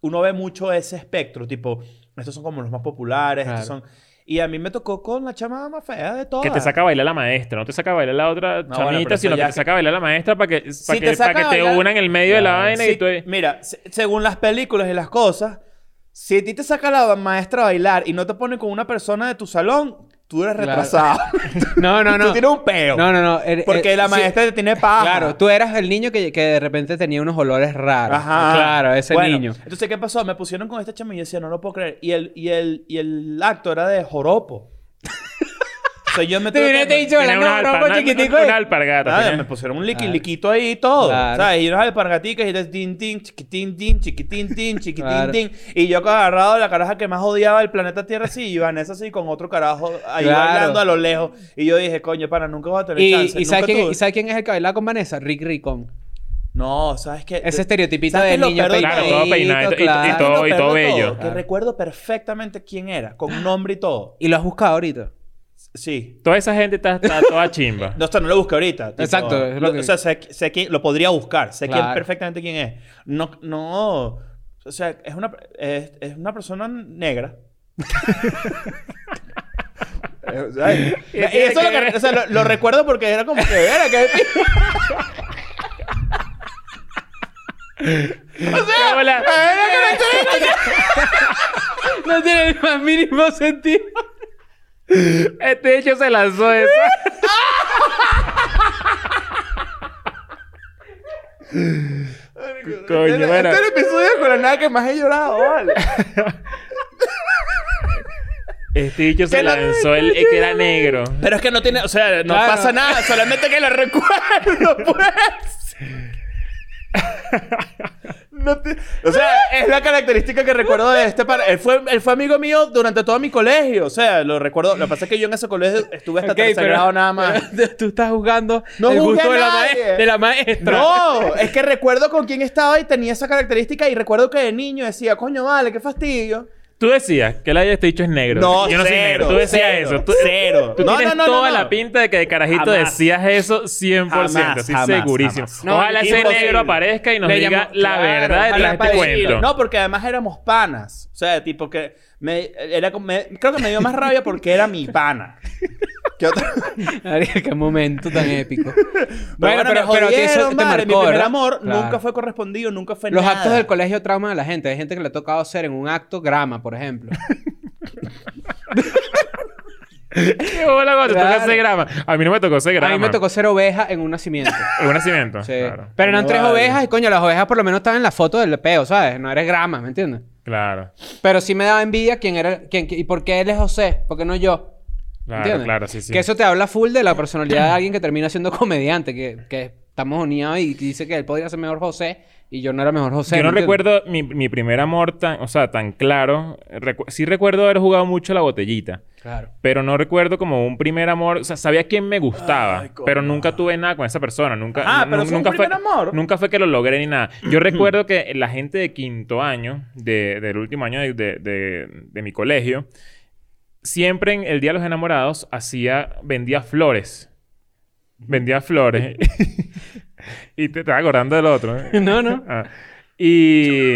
S3: uno ve mucho ese espectro, tipo, estos son como los más populares, estos
S4: Claro.
S3: son... Y a mí me tocó con la chamada más fea de todas.
S2: Que te saca a bailar la maestra, no te saca a bailar la otra
S3: bueno,
S2: chamita,
S3: pero eso
S2: sino que
S3: ya
S2: te
S3: que-
S2: saca a bailar la maestra para que, para
S3: Si
S2: que,
S3: saca
S2: para
S3: a
S2: que te
S3: bailar-
S2: unan en el medio de la
S3: Claro.
S2: vaina
S3: Si-
S2: y tú.
S3: Mira, se- según las películas y las cosas, si a ti te saca la maestra a bailar y no te pone con una persona de tu salón, tú eres
S2: <laughs>
S4: Claro.
S3: retrasado.
S4: <laughs> No, no, no.
S3: tú tienes un peo.
S4: No, no, no. Er-
S3: Porque
S2: eh,
S4: er-
S3: la
S4: sí.
S3: maestra te tiene paja.
S4: Claro, tú eras el niño que, que de repente tenía unos olores raros.
S3: Ajá.
S4: Claro, ese
S3: Bueno,
S4: niño.
S3: Entonces, ¿qué pasó? Me pusieron con esta chama y yo decía, no lo puedo creer. Y el, y el, y el acto era de
S4: <laughs>
S3: joropo. o sea, yo me tuve
S4: Te
S3: que-
S4: dicho,
S2: Tenía
S4: no,
S2: una,
S4: ropa chiquitico.
S2: una alpargata.
S3: Nada,
S2: tenía.
S3: me pusieron un liqui-
S4: Claro.
S3: liquito ahí y todo.
S4: Claro.
S3: ¿Sabes? Y unas alpargaticas y des din, din, chiquitín, din, chiquitín, din, chiquitín,
S4: Claro.
S3: din. Y yo agarrado la caraja que más odiaba del planeta Tierra, sí, y Vanessa así con otro carajo ahí
S4: Claro.
S3: bailando a lo lejos. Y yo dije, coño, para, nunca voy a tener
S4: Y,
S3: chance.
S4: y ¿sabes
S3: nunca
S4: quién,
S3: tuve.
S4: y ¿sabes quién es el que bailaba con Vanessa? Rick Ricón.
S3: No, ¿sabes qué?
S4: Ese
S3: Eh,
S4: estereotipito
S3: ¿Sabes qué
S4: de
S3: es lo
S4: niño
S3: peor de
S2: Claro,
S3: todo?
S2: todo peinadito y- y
S4: claro.
S2: todo-
S3: ¿Sabes lo peor de
S2: bello.
S3: Que
S4: Claro.
S3: recuerdo perfectamente quién era, con nombre y todo.
S4: Y lo has buscado ahorita.
S3: Sí.
S2: Toda esa gente está, está toda
S3: <laughs>
S2: chimba.
S3: No, esto no lo busqué ahorita. tipo,
S4: Exacto, es lo
S3: lo-
S4: que-
S3: O sea, sé, sé quién, lo podría buscar. Sé quién,
S4: Claro.
S3: perfectamente quién es. No, no. O sea, es una, es, es una persona
S2: <laughs>
S3: negra. Eh, ¿sabes? y eso lo, que- o sea, lo, lo recuerdo porque era como que era
S4: <laughs>
S3: que
S2: ¡Qué bola!
S4: No tiene el más mínimo sentido.
S2: Este hecho se lanzó esa. Coño,
S3: Este-
S2: bueno.
S3: Este es el episodio con la nada que más he llorado, vale.
S2: Este bicho se
S3: Que la-
S2: lanzó el el que era negro.
S3: Pero es que no tiene, o sea, no
S4: Claro.
S3: pasa nada, solamente que lo recuerdo, <laughs> pues. No te- o sea, es la característica que recuerdo de este par. Él fue, él fue amigo mío durante todo mi colegio. O sea, lo recuerdo. Lo que pasa es que yo en ese colegio estuve hasta
S4: Ok,
S3: tercer
S4: pero-
S3: grado nada
S4: <laughs>
S3: más.
S4: pero Tú estás jugando
S3: No
S4: el
S3: juzgué
S4: gusto
S3: a
S4: de la,
S3: nadie.
S4: maes- de la maestra.
S3: No, es que recuerdo con quién estaba y tenía esa característica. Y recuerdo que de niño decía, coño, vale, qué fastidio.
S2: Tú decías que la de este bicho es negro.
S3: No,
S2: Yo no soy
S3: cero,
S2: negro. Tú decías
S3: cero,
S2: eso. Tú,
S3: cero.
S2: Tú
S3: No,
S2: tienes
S3: no, no,
S2: toda
S3: no, no.
S2: la pinta de que de carajito
S3: Jamás.
S2: decías eso 100%.
S3: Jamás,
S2: estoy
S3: jamás,
S2: segurísimo.
S3: jamás.
S4: No,
S2: Ojalá ese
S4: imposible.
S2: negro aparezca y nos
S4: Le
S2: diga
S4: llamó-
S2: la
S4: claro,
S2: verdad detrás
S3: Para
S2: de este
S3: parecido.
S2: cuento. <laughs>
S3: No, porque además éramos panas. O sea, tipo que me, era, como- me- creo que me dio más rabia porque era mi pana. Que <laughs> otra-
S4: Marica, qué momento tan
S3: <laughs>
S4: épico.
S3: bueno, pero,
S4: pero que
S3: jodieron, vale, mi primer
S4: ¿verdad?
S3: amor
S4: Claro.
S3: nunca fue correspondido, nunca fue
S4: Los
S3: nada.
S4: actos del colegio trauman a la gente. Hay
S2: <laughs>
S4: gente que le ha tocado hacer en un acto grama, por ejemplo.
S2: ¡Qué bola cuando te
S4: Claro.
S2: toca ese grama! A mí no me tocó ese grama.
S4: A mí me tocó ser oveja en
S2: <laughs>
S4: un nacimiento.
S2: ¿En un nacimiento?
S4: Sí.
S2: Claro.
S4: Pero eran
S3: No
S4: tres
S3: vale.
S4: ovejas y coño, las ovejas por lo menos estaban en la foto del peo, ¿sabes? No eres grama, ¿me entiendes?
S2: Claro.
S4: Pero sí me daba envidia quién era. Quién, y por qué él es José, por qué no yo.
S2: Claro,
S4: ¿Entiendes?
S2: claro, sí, sí.
S4: Que eso te habla full de la personalidad de alguien que termina siendo comediante, que, que estamos unidos y dice que él podría ser mejor José y yo no era mejor José.
S2: Yo no
S4: ¿me entiendes?
S2: recuerdo mi, mi primer amor tan, o sea, tan claro. Recu- sí recuerdo haber jugado mucho a la botellita.
S4: Claro. <laughs>
S2: Pero no recuerdo como un primer amor. O sea, sabía quién me gustaba.
S3: Ay, coño.
S2: pero nunca tuve nada con esa persona. Nunca,
S3: Ah,
S2: nu-
S3: pero es un
S2: nunca fue,
S3: primer amor.
S2: Nunca fue que lo logré ni nada. Yo recuerdo que la gente de quinto año, de- del último año de, de- de- de mi colegio, siempre en el Día de los Enamorados hacía, vendía flores. Vendía
S3: <laughs>
S2: flores. <laughs> y te estaba acordando del otro. ¿eh?
S4: No, no.
S2: Ah. Y,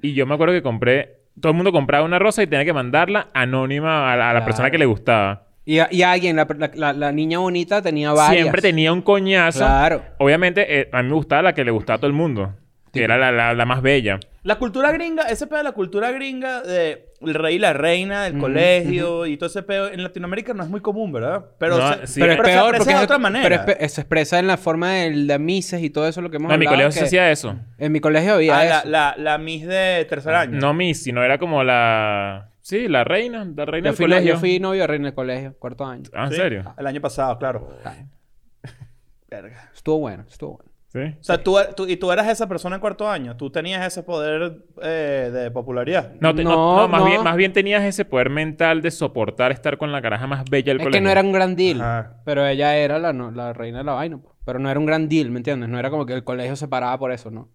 S2: y yo me acuerdo que compré. Todo el mundo compraba una rosa y tenía que mandarla anónima a la, a la
S4: Claro.
S2: persona que le gustaba.
S4: Y, a- y alguien, la, la- la- la niña bonita tenía varias.
S2: Siempre tenía un coñazo.
S4: Claro.
S2: Obviamente, eh, a mí me gustaba la que le gustaba a todo el mundo. Que era la, la- la más bella.
S3: La cultura gringa, ese pedo de la cultura gringa de el rey y la reina del colegio y todo ese pedo en Latinoamérica no es muy común, ¿verdad? Pero,
S2: No,
S3: se,
S2: sí.
S3: pero,
S4: pero es
S3: se aprecia
S4: peor porque
S3: de
S4: eso-
S3: otra manera.
S4: Pero es pe- se expresa en la forma del- de mises y todo eso lo que hemos
S2: No, en mi
S4: hablado.
S2: colegio se
S4: que-
S2: hacía eso.
S4: En mi colegio había
S3: Ah,
S4: eso. Ah,
S3: la, la, la Miss de tercer año.
S2: No Miss, sino era como la. Sí, la reina. La reina
S4: Yo
S2: del
S4: fui, no-
S2: colegio.
S4: yo fui novio de reina del colegio, cuarto año.
S2: Ah, ¿en
S3: Sí,
S2: serio?
S3: El año pasado, claro.
S4: Ah.
S3: Verga.
S4: Estuvo bueno, estuvo bueno.
S2: Sí.
S3: O sea, tú, tú- y tú eras esa persona en cuarto año. Tú tenías ese poder eh, de popularidad.
S2: No, te- no,
S4: No,
S2: no, más,
S4: no.
S2: Bien, más bien tenías ese poder mental de soportar estar con la caraja más bella del
S4: Es
S2: colegio.
S4: que no era un gran deal,
S3: Ajá.
S4: pero ella era la, no- la reina de la vaina. pues. Pero no era un gran deal, ¿me entiendes? No era como que el colegio se paraba por eso, ¿no?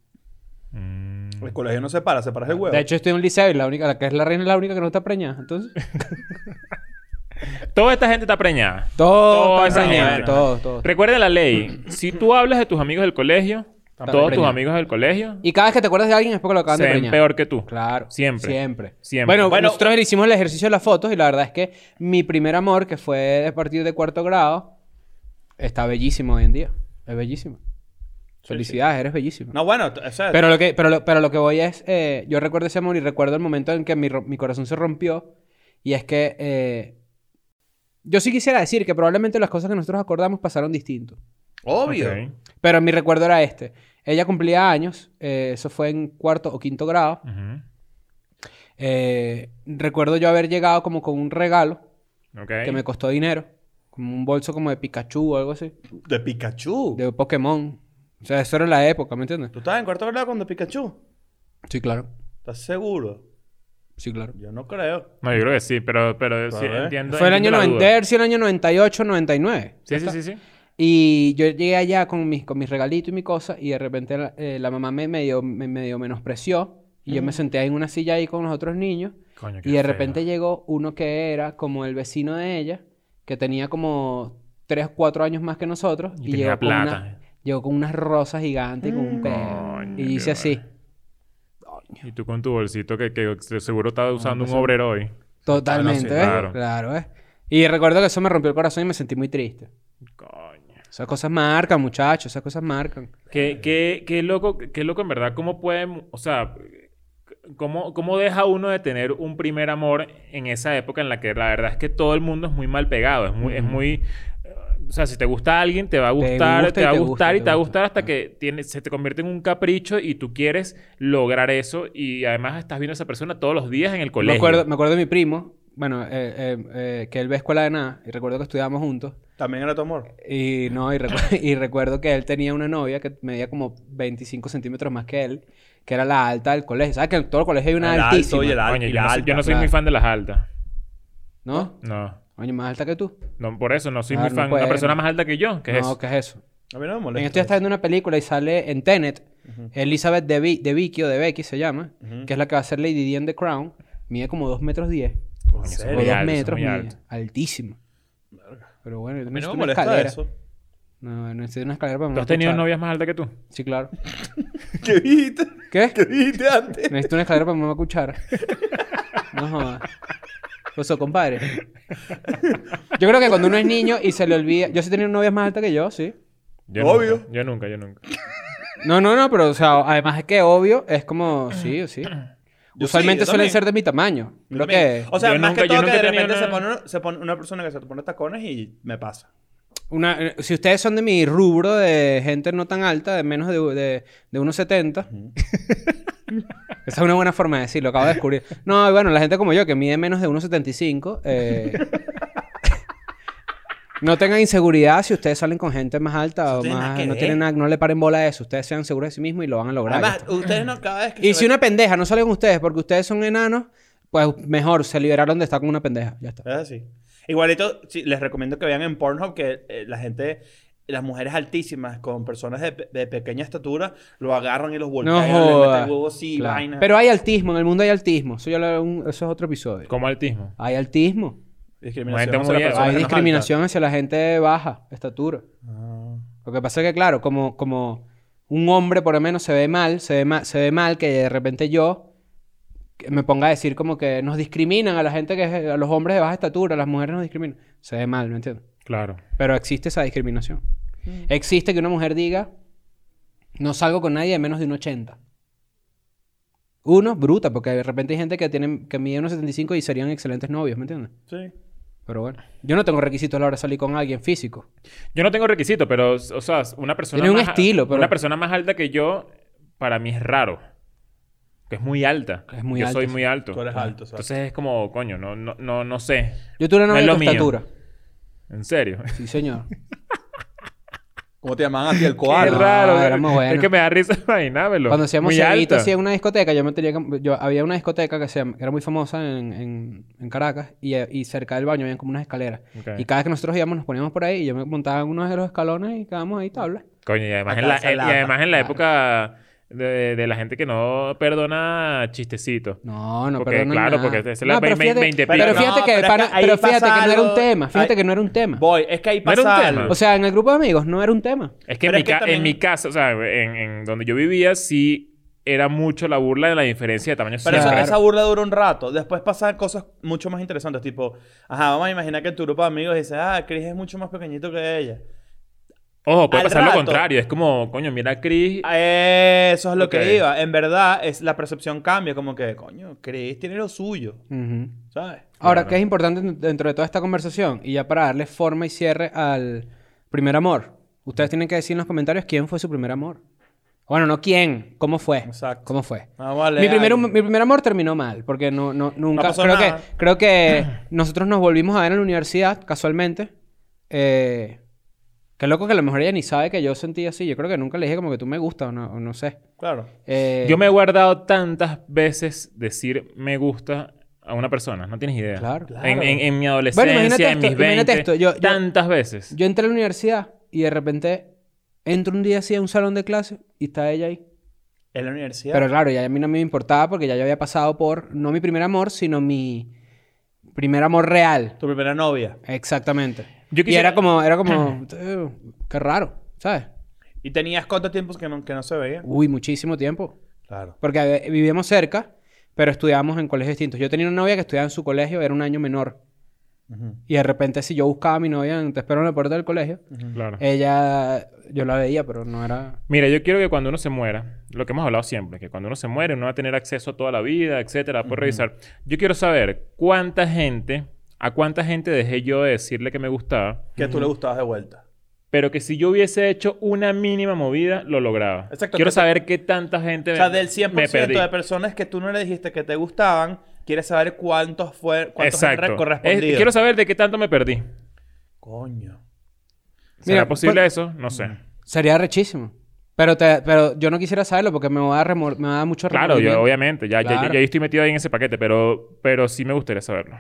S2: Mm.
S3: El colegio no se para, se para el huevo.
S4: De hecho, estoy en un liceo y la única, la que es la reina es la única que no está preñada. Entonces,
S2: Toda esta gente está preñada.
S4: todos
S2: Toda esa
S4: están preñados,
S2: gente.
S4: todos, todos.
S2: Recuerda la ley. Si tú hablas de tus amigos del colegio, todos tus
S4: preñados.
S2: amigos del colegio
S4: Y cada vez que te acuerdas de alguien es porque lo acaban
S2: se
S4: de
S2: ven
S4: preñar.
S2: peor que tú.
S4: Claro.
S2: Siempre.
S4: Siempre.
S2: Siempre.
S4: Bueno,
S3: Bueno-
S4: nosotros le hicimos el ejercicio de las fotos y la verdad es que mi primer amor, que fue a partir de cuarto grado, está bellísimo hoy en día. Es bellísimo. Felicidades, eres bellísimo.
S3: No, bueno, t- o sea,
S4: Pero lo que, pero lo, pero lo que voy es, eh, yo recuerdo ese amor y recuerdo el momento en que mi, ro- mi corazón se rompió y es que eh, yo sí quisiera decir que probablemente las cosas que nosotros acordamos pasaron distinto.
S3: obvio.
S2: Ok.
S4: Pero mi recuerdo era este. Ella cumplía años, eh, eso fue en cuarto o quinto grado.
S2: Ujú.
S4: Eh, recuerdo yo haber llegado como con un regalo
S2: Ok.
S4: que me costó dinero, como un bolso como de Pikachu o algo así,
S3: De Pikachu.
S4: de Pokémon. O sea, eso era la época, ¿me entiendes?
S3: ¿Tú estabas en cuarto grado cuando Pikachu?
S4: Sí, claro.
S3: ¿Estás seguro?
S4: Sí, claro.
S3: Yo no creo.
S2: No, yo creo que sí, pero, pero sí,
S3: Pues, ver.
S2: entiendo.
S4: Fue el año
S2: entiendo la duda.
S4: 90, sí, el año 98, 99.
S2: Sí, sí, sí, sí.
S4: Y yo llegué allá con mis, con mis regalitos y mi cosa, y de repente la, eh, la mamá me medio, me medio menospreció. Y yo me senté ahí en una silla ahí con los otros niños.
S2: Coño, Ah, qué
S4: Y de
S2: feo.
S4: repente llegó uno que era como el vecino de ella, que tenía como 3 4 años más que nosotros.
S2: Y
S4: Y,
S2: tenía
S4: llegó, con
S2: plata. Mm.
S4: una- llegó con unas rosas gigantes y con un pelo.
S2: Coño,
S4: y
S2: qué
S4: dice así,
S2: Y tú con tu bolsito que, que seguro está usando un obrero hoy.
S4: totalmente,
S3: sí,
S4: ¿ves?
S2: claro.
S4: Claro. ¿ves? Y recuerdo que eso me rompió el corazón y me sentí muy triste.
S2: Coño.
S4: Esas cosas marcan, muchachos, esas cosas marcan.
S2: Qué, qué, qué loco, qué loco en verdad, cómo pueden, o sea, cómo, cómo deja uno de tener un primer amor en esa época en la que la verdad es que todo el mundo es muy mal pegado, es muy, es muy eh, o sea, si te gusta alguien, te va a gustar,
S4: gusta
S2: te,
S4: y
S2: va a
S4: te
S2: gustar
S4: gusta,
S2: y
S4: te
S2: te va a
S4: gusta.
S2: gustar hasta que tiene, se te convierte en un capricho y tú quieres lograr eso y además estás viendo a esa persona todos los días en el colegio.
S4: Me acuerdo, me acuerdo de mi primo, bueno, eh, eh, eh, que él ve escuela de nada, y recuerdo que estudiábamos juntos.
S3: También era tu amor.
S4: Y no, y, recu- <laughs> y recuerdo que él tenía una novia que medía como 25 centímetros más que él, que era la alta del colegio. ¿Sabes que en todo el colegio hay una
S3: El alto
S4: altísima?
S3: y el alto.
S2: Coño,
S3: y
S2: yo,
S3: la
S2: no soy,
S3: alta,
S2: yo no soy muy
S4: claro.
S2: fan de las altas.
S4: ¿No?
S2: No.
S4: Coño, más alta que tú.
S2: No, por eso no soy
S4: Ah,
S2: muy
S4: no
S2: fan.
S4: puede,
S2: Una persona
S4: no.
S2: más alta que yo, ¿qué es
S4: no,
S2: eso?
S4: ¿qué es eso?
S3: A mí no me
S4: En
S3: molesta.
S4: esto ya está viendo una película y sale en Tenet, Elizabeth de, Vi- de Vicky o de Becky se llama, que es la que va a ser Lady Di en The Crown, mide como 2 metros 10.
S3: ¿En
S2: eso es
S4: O
S3: serio?
S2: muy alto,
S4: 2
S2: eso es
S4: metros,
S2: muy
S4: mide.
S2: alto.
S4: Altísimo. Pero bueno, yo
S3: A mí
S4: también
S3: no me molesta
S4: necesito una escalera.
S3: eso. <laughs>
S4: No, necesito una escalera para
S2: ¿Tú has tenido
S4: escuchar.
S2: novias más altas que tú?
S4: Sí, claro.
S3: ¿Qué dijiste?
S4: ¿Qué?
S3: <laughs> ¿Qué dijiste antes?
S4: Necesito una escalera para mamá cuchara. No jodas. Oso, compadre. Yo creo que cuando uno es niño y se le olvida. Yo sí tenía novias más altas que yo, sí.
S2: Yo
S3: Obvio.
S2: nunca, yo nunca, yo nunca.
S4: No, no, no, pero o sea, además es que obvio, es como, sí, sí.
S3: Yo sí, yo
S4: Usualmente suelen
S3: también.
S4: ser de mi tamaño.
S3: Yo
S4: Creo
S3: también.
S4: que
S3: O sea,
S2: Yo
S3: más
S2: nunca-
S3: que
S2: yo
S3: todo que
S2: nunca he
S3: de
S2: tenido
S3: repente se,
S2: una-
S3: pone, se pone una persona que se pone tacones y me pasa.
S4: una, eh, si ustedes son de mi rubro de gente no tan alta, de menos de, de, de 1,70. <laughs> Esa es una buena forma de decirlo, acabo de descubrir. No, y bueno, la gente como yo que mide menos de 1,75. eh, <laughs> no tengan inseguridad si ustedes salen con gente más alta
S3: Eso
S4: o
S3: tiene nada
S4: más.
S3: que
S4: no,
S3: ver.
S4: tienen nada- no le paren bola a eso. Ustedes sean seguros de sí mismos y lo van a lograr. Ya
S3: Además,
S4: está.
S3: ustedes no cada vez que se
S4: Y si
S3: ven-
S4: una pendeja no sale con ustedes porque ustedes son enanos, pues mejor se liberaron de estar con una pendeja. Ya está.
S3: Es así. Igualito, sí, les recomiendo que vean en Pornhub que eh, la gente, las mujeres altísimas con personas de, pe- de pequeña estatura, lo agarran y los voltean.
S4: No
S3: le
S4: jodas.
S3: meten huevos sí,
S4: Claro.
S3: vaina.
S4: Pero hay altismo, en el mundo hay altismo. Eso, ya lo- un- eso es otro episodio.
S2: Como altismo.
S4: Hay altismo.
S3: discriminación.
S2: Gente
S3: hacia
S2: muy-
S3: las personas
S4: Hay
S3: más
S4: discriminación hacia la gente de baja estatura.
S3: altas.
S4: Lo que pasa es que, claro, como, como un hombre por lo menos se ve mal, se ve mal, se ve mal que de repente yo que me ponga a decir como que nos discriminan a la gente que es, a los hombres de baja estatura, a las mujeres nos discriminan. Se ve mal, ¿me entiendes?
S2: Claro.
S4: Pero existe esa discriminación. Existe que una mujer diga, no salgo con nadie de menos de un 80. Uno, bruta, porque de repente hay gente que, tiene, que mide unos 75 y serían excelentes novios, ¿me entiendes?
S3: Sí.
S4: Pero bueno, yo no tengo requisitos a la hora de salir con alguien físico.
S2: Yo no tengo requisito, pero, o sea, una persona.
S4: Tiene un
S2: más-
S4: estilo, pero-
S2: Una persona más alta que yo, para mí es raro. Que es muy alta.
S4: Es muy
S2: yo
S4: alta,
S2: soy
S4: sí.
S2: muy alto.
S3: Tú eres alto, o sea.
S2: Entonces es como, coño, no, no, no, no sé.
S4: Yo tuve una
S2: No
S4: novia
S2: es
S4: de
S2: lo
S4: tu
S2: mío.
S4: estatura.
S2: En
S4: <laughs>
S2: serio. <laughs>
S4: Sí, señor.
S3: ¿Cómo te llamaban a ti el
S2: es
S4: no,
S3: koala?
S2: raro.
S4: era muy bueno.
S2: Es que me da risa imaginármelo.
S4: Cuando hacíamos
S2: Muy alta.
S4: ceguitos así en una discoteca, yo me tenía que- yo había una discoteca que, se llama- que era muy famosa en, en- en Caracas y, y cerca del baño había como unas escaleras.
S2: Ok.
S4: Y cada vez que nosotros íbamos nos poníamos por ahí y yo me montaba en uno de los escalones y quedábamos ahí tablas.
S2: Coño, y además,
S3: A
S2: en la,
S3: calza
S2: y
S3: larga,
S2: además en la
S4: claro.
S2: época de, de la gente que no perdona chistecitos.
S4: No, no,
S2: Porque,
S4: perdón.
S2: claro, porque esa es la
S4: pero
S2: vein- vein-
S4: fíjate,
S2: veinte
S4: pero
S2: pico.
S4: fíjate
S3: No,
S4: que,
S3: pero
S4: pana-
S3: es que ahí
S4: pero fíjate
S3: pasa
S4: que no era un
S3: algo-
S4: tema. Fíjate
S3: ahí-
S4: que no era un tema.
S3: Voy, es que ahí
S2: ¿No era un
S3: pasa
S2: tema?
S3: algo.
S4: O sea, en el grupo de amigos no era un tema.
S2: Es que, en
S3: Pero
S2: mi,
S3: es que
S2: ca-
S3: también-
S2: en mi casa, o sea, en, en donde yo vivía, sí era mucho la burla de la diferencia de tamaño.
S3: Pero
S4: Sí,
S3: eso-
S2: siempre.
S4: claro.
S3: esa burla dura un rato. Después pasan cosas mucho más interesantes. Tipo, ajá, vamos a imaginar que tu grupo de amigos dice, ah, Chris es mucho más pequeñito que ella.
S2: Ojo, puede
S3: al
S2: pasar
S3: rato-
S2: lo contrario. Es como, coño, mira a Chris.
S3: A Eso es lo
S2: Ok.
S3: que iba. En verdad, es, la percepción cambia. Como que, coño, Chris tiene lo suyo.
S4: Ujú.
S3: ¿Sabes?
S4: Ahora,
S2: Claro.
S4: ¿qué es importante en- dentro de toda esta conversación? Y ya para darle forma y cierre al primer amor. Ustedes tienen que decir en los comentarios quién fue su primer amor. Bueno, no quién, cómo fue.
S3: Exacto.
S4: ¿Cómo fue?
S3: Vamos a leer
S4: Mi primer,
S3: algo.
S4: mi primer amor terminó mal, porque no, no, nunca...
S3: pasó
S4: creo, que,
S3: nada.
S4: creo que nosotros nos volvimos a ver en la universidad, casualmente. Eh, qué loco que a lo mejor ella ni sabe que yo sentí así. Yo creo que nunca le dije como que tú me gustas o no, o no sé.
S3: Claro.
S4: Eh,
S2: Yo me he guardado tantas veces decir me gusta a una persona. No tienes idea.
S4: Claro.
S2: En, en- en mi adolescencia,
S4: Bueno, imagínate
S2: en
S4: esto,
S2: mis
S4: imagínate
S2: 20,
S4: esto, yo- yo-
S2: tantas veces.
S4: Yo entré a la universidad y de repente entro un día así a un salón de clase y está ella ahí.
S3: En la universidad.
S4: Pero claro, ya a mí no me importaba porque ya yo había pasado por no mi primer amor, sino mi primer amor real.
S3: Tu primera novia.
S4: Exactamente.
S2: Yo
S4: Y
S2: quisiera-
S4: era como, era como, "Eh, qué raro, ¿sabes?
S3: ¿Y tenías cuánto tiempo que no, que no se veía?
S4: Uy, muchísimo tiempo.
S3: Claro.
S4: Porque eh, vivíamos cerca, pero estudiábamos en colegios distintos. Yo tenía una novia que estudiaba en su colegio, era un año menor.
S3: Ujú.
S4: Y de repente, si yo buscaba a mi novia, en- te espero en la puerta del colegio,
S2: Claro.
S4: ella, yo la veía, pero no era...
S2: Mira, yo quiero que cuando uno se muera, lo que hemos hablado siempre, que cuando uno se muere uno va a tener acceso a toda la vida, etcétera, puede revisar. Yo quiero saber cuánta gente, a cuánta gente dejé yo de decirle que me gustaba,
S3: Que tú le gustabas de vuelta.
S2: pero que si yo hubiese hecho una mínima movida, lo lograba.
S3: Exacto,
S2: Quiero
S3: que-
S2: saber qué tanta gente
S3: O
S2: me-
S3: sea, del
S2: me
S3: 100%
S2: perdí.
S3: de personas que tú no le dijiste que te gustaban, quieres saber cuántos fueron, cuántos han re- correspondido.
S2: Es- quiero saber de qué tanto me perdí.
S3: Coño.
S2: ¿Será
S4: Mira,
S2: posible
S4: por-
S2: eso? No
S3: Mm.
S2: sé.
S4: Sería rechísimo. Pero, te, pero yo no quisiera saberlo porque me va a, remor- me va a dar mucho
S2: Claro, yo
S4: remordimiento.
S2: obviamente, ya, ya-
S4: Claro.
S2: ya, yo estoy metido ahí en ese paquete, pero, pero sí me gustaría saberlo.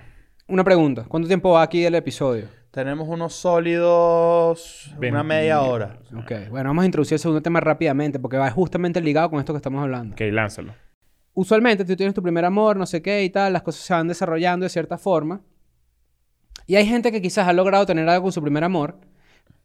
S4: Una pregunta. ¿Cuánto tiempo va aquí el episodio?
S3: Tenemos unos sólidos... Una
S2: Veinte.
S3: media hora.
S4: Ok. Bueno, vamos a introducir el segundo tema rápidamente porque va justamente ligado con esto que estamos hablando.
S2: Ok, lánzalo.
S4: Usualmente tú tienes tu primer amor, no sé qué y tal. Las cosas se van desarrollando de cierta forma. Y hay gente que quizás ha logrado tener algo con su primer amor,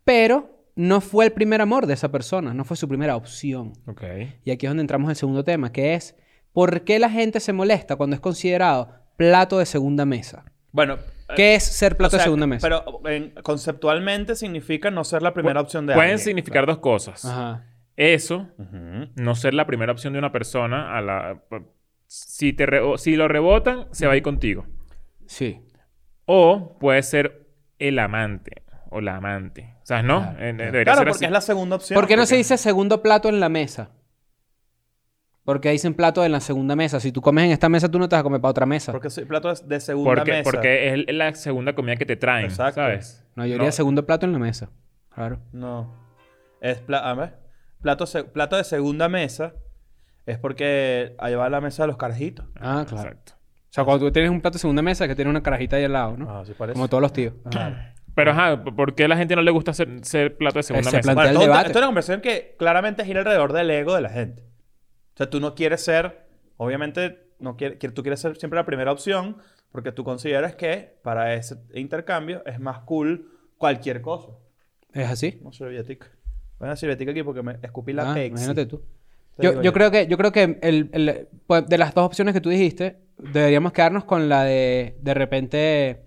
S4: pero no fue el primer amor de esa persona. No fue su primera opción.
S2: Ok.
S4: Y aquí es donde entramos al segundo tema, que es ¿por qué la gente se molesta cuando es considerado plato de segunda mesa?
S3: Bueno...
S4: ¿Qué es ser
S3: o
S4: plato
S3: sea,
S4: de segunda mesa?
S3: Pero en- conceptualmente significa no ser la primera opción de
S2: Pueden
S3: alguien.
S2: significar dos cosas.
S4: Ajá.
S2: Eso,
S3: Ujú.
S2: no ser la primera opción de una persona a la... Si, te rebo- si lo rebotan, se va a ir contigo.
S4: Sí.
S2: O puede ser el amante o la amante. O sea, ¿no?
S4: Claro,
S2: Eh,
S4: claro.
S2: Debería
S3: Claro,
S2: ser
S3: porque
S2: así.
S3: es la segunda opción.
S4: ¿Por qué no se dice segundo plato en la mesa? Porque dicen plato en la segunda mesa. Si tú comes en esta mesa, tú no te vas a comer para otra mesa.
S3: Porque soy plato es de segunda
S2: porque,
S3: mesa.
S2: porque es la segunda comida que te traen,
S3: Exacto.
S2: ¿sabes?
S4: No, yo diría segundo plato en la mesa. Claro.
S3: No. Es pla- a ver, plato, se- plato de segunda mesa es porque ahí va la mesa de los carajitos.
S4: Ah, claro.
S2: Exacto.
S4: O sea, cuando tú tienes un plato de segunda mesa que tiene una carajita ahí al lado, ¿no?
S3: Ah, sí parece.
S4: Como todos los tíos. Claro.
S2: Pero, ajá, ¿por qué a la gente no le gusta ser, ser plato de segunda
S4: Ese
S2: mesa?
S4: plan-
S3: Bueno,
S4: Del
S3: esto, es un-
S4: debate.
S3: esto es una conversación que claramente gira alrededor del ego de la gente. O sea, tú no quieres ser, obviamente, no quiere- quiere- tú quieres ser siempre la primera opción porque tú consideras que para ese intercambio es más cool cualquier cosa.
S4: ¿Es así?
S3: Una servilletica. Una servilletica aquí porque me escupí la
S4: Ah,
S3: Pepsi.
S4: imagínate tú.
S3: Te
S4: Yo,
S3: digo
S4: yo creo que, yo creo que el, el- pues, de las dos opciones que tú dijiste, deberíamos quedarnos con la de de repente.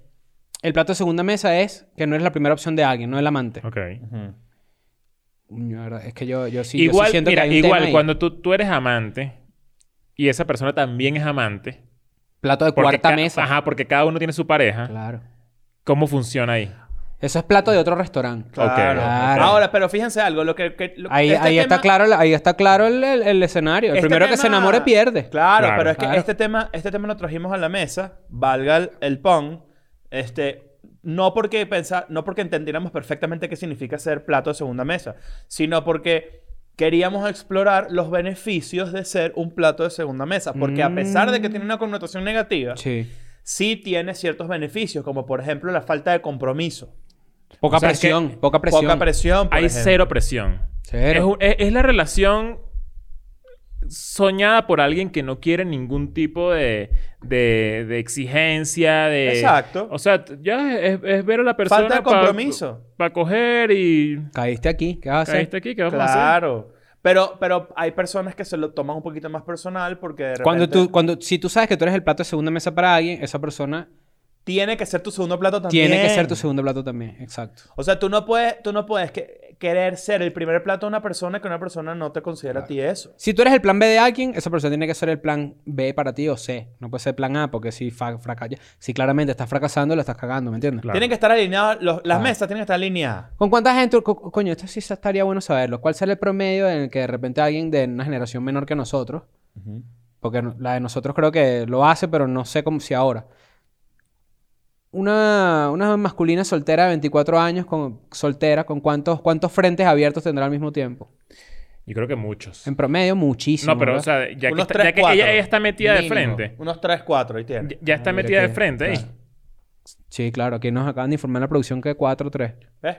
S4: El plato de segunda mesa es que no es la primera opción de alguien, no el amante.
S2: Ok.
S3: Ujú.
S4: Coño, de verdad, Es que yo, yo sí, yo sí
S2: igual,
S4: siento
S2: mira,
S4: que hay un tema
S2: igual,
S4: ahí.
S2: cuando tú, tú eres amante y esa persona también es amante.
S4: Plato de
S2: porque
S4: cuarta
S2: ca-
S4: mesa.
S2: Ajá, porque cada uno tiene su pareja.
S4: Claro.
S2: ¿Cómo funciona ahí?
S4: Eso es plato de otro restaurante.
S3: Claro.
S4: Claro.
S3: Ahora, pero fíjense algo. Lo que, que- lo-
S4: Ahí,
S3: este
S4: ahí está
S3: tema-
S4: claro, la- ahí está claro el, el- el escenario. El
S3: este
S4: primero que se
S3: tema-
S4: enamore pierde.
S3: Claro,
S2: Claro.
S3: pero es que
S4: Claro.
S3: este tema, este tema lo trajimos a la mesa, valga el, el pon, este, no porque pensa, no porque entendiéramos perfectamente qué significa ser plato de segunda mesa, sino porque queríamos explorar los beneficios de ser un plato de segunda mesa, porque a pesar de que tiene una connotación negativa,
S4: Sí.
S3: sí tiene ciertos beneficios, como por ejemplo la falta de compromiso,
S4: Poca,
S2: O sea, es que
S4: presión, poca presión.
S3: poca presión, por
S2: Hay
S3: ejemplo.
S2: cero presión.
S4: Cero.
S2: Es un- Es, es la relación soñada por alguien que no quiere ningún tipo de, de- de exigencia, de...
S3: Exacto.
S2: O sea, t- ya es, es ver a la persona...
S3: Falta de compromiso.
S2: Para coger y...
S4: Caíste aquí. ¿Qué vas a hacer?
S2: Caíste aquí, ¿qué vamos a hacer?
S3: Claro. Pero, pero hay personas que se lo toman un poquito más personal porque de
S4: Cuando
S3: repente-
S4: tú, cuando, si tú sabes que tú eres el plato de segunda mesa para alguien, esa persona
S3: tiene que ser tu segundo plato también.
S4: tiene que ser tu segundo plato también. Exacto.
S3: O sea, tú no puedes, tú no puedes que- querer ser el primer plato de una persona que una persona no te considera a ti eso.
S4: Si tú eres el plan B de alguien, esa persona tiene que ser el plan B para ti o C. No puede ser plan A porque si fa- fraca- si claramente estás fracasando, la estás cagando, ¿me entiendes?
S2: Claro.
S3: Tienen que estar alineados, los- las
S4: Claro.
S3: mesas tienen que estar alineadas.
S4: ¿Con cuánta gente? co- co- coño, esto sí estaría bueno saberlo. ¿Cuál será el promedio en el que de repente alguien de una generación menor que nosotros, porque no- la de nosotros creo que lo hace, pero no sé cómo si ahora. Una, una masculina soltera de 24 años, con, soltera, ¿con cuántos, cuántos frentes abiertos tendrá al mismo tiempo?
S2: Yo creo que muchos.
S4: En promedio, muchísimo.
S2: no, pero,
S4: ¿verdad?
S2: o sea, ya que,
S3: Unos
S2: está-
S3: tres,
S2: ya que
S3: cuatro.
S2: ella, ella está metida
S4: Mínimo.
S2: de frente.
S3: Unos 3, 4, ahí
S2: Ya,
S3: tienes.
S2: ya está
S4: Ah, mira
S2: metida de
S4: que-
S2: frente ahí.
S4: claro. Sí, claro. Aquí nos acaban de informar en la producción que 4 o 3.
S3: ¿Ves?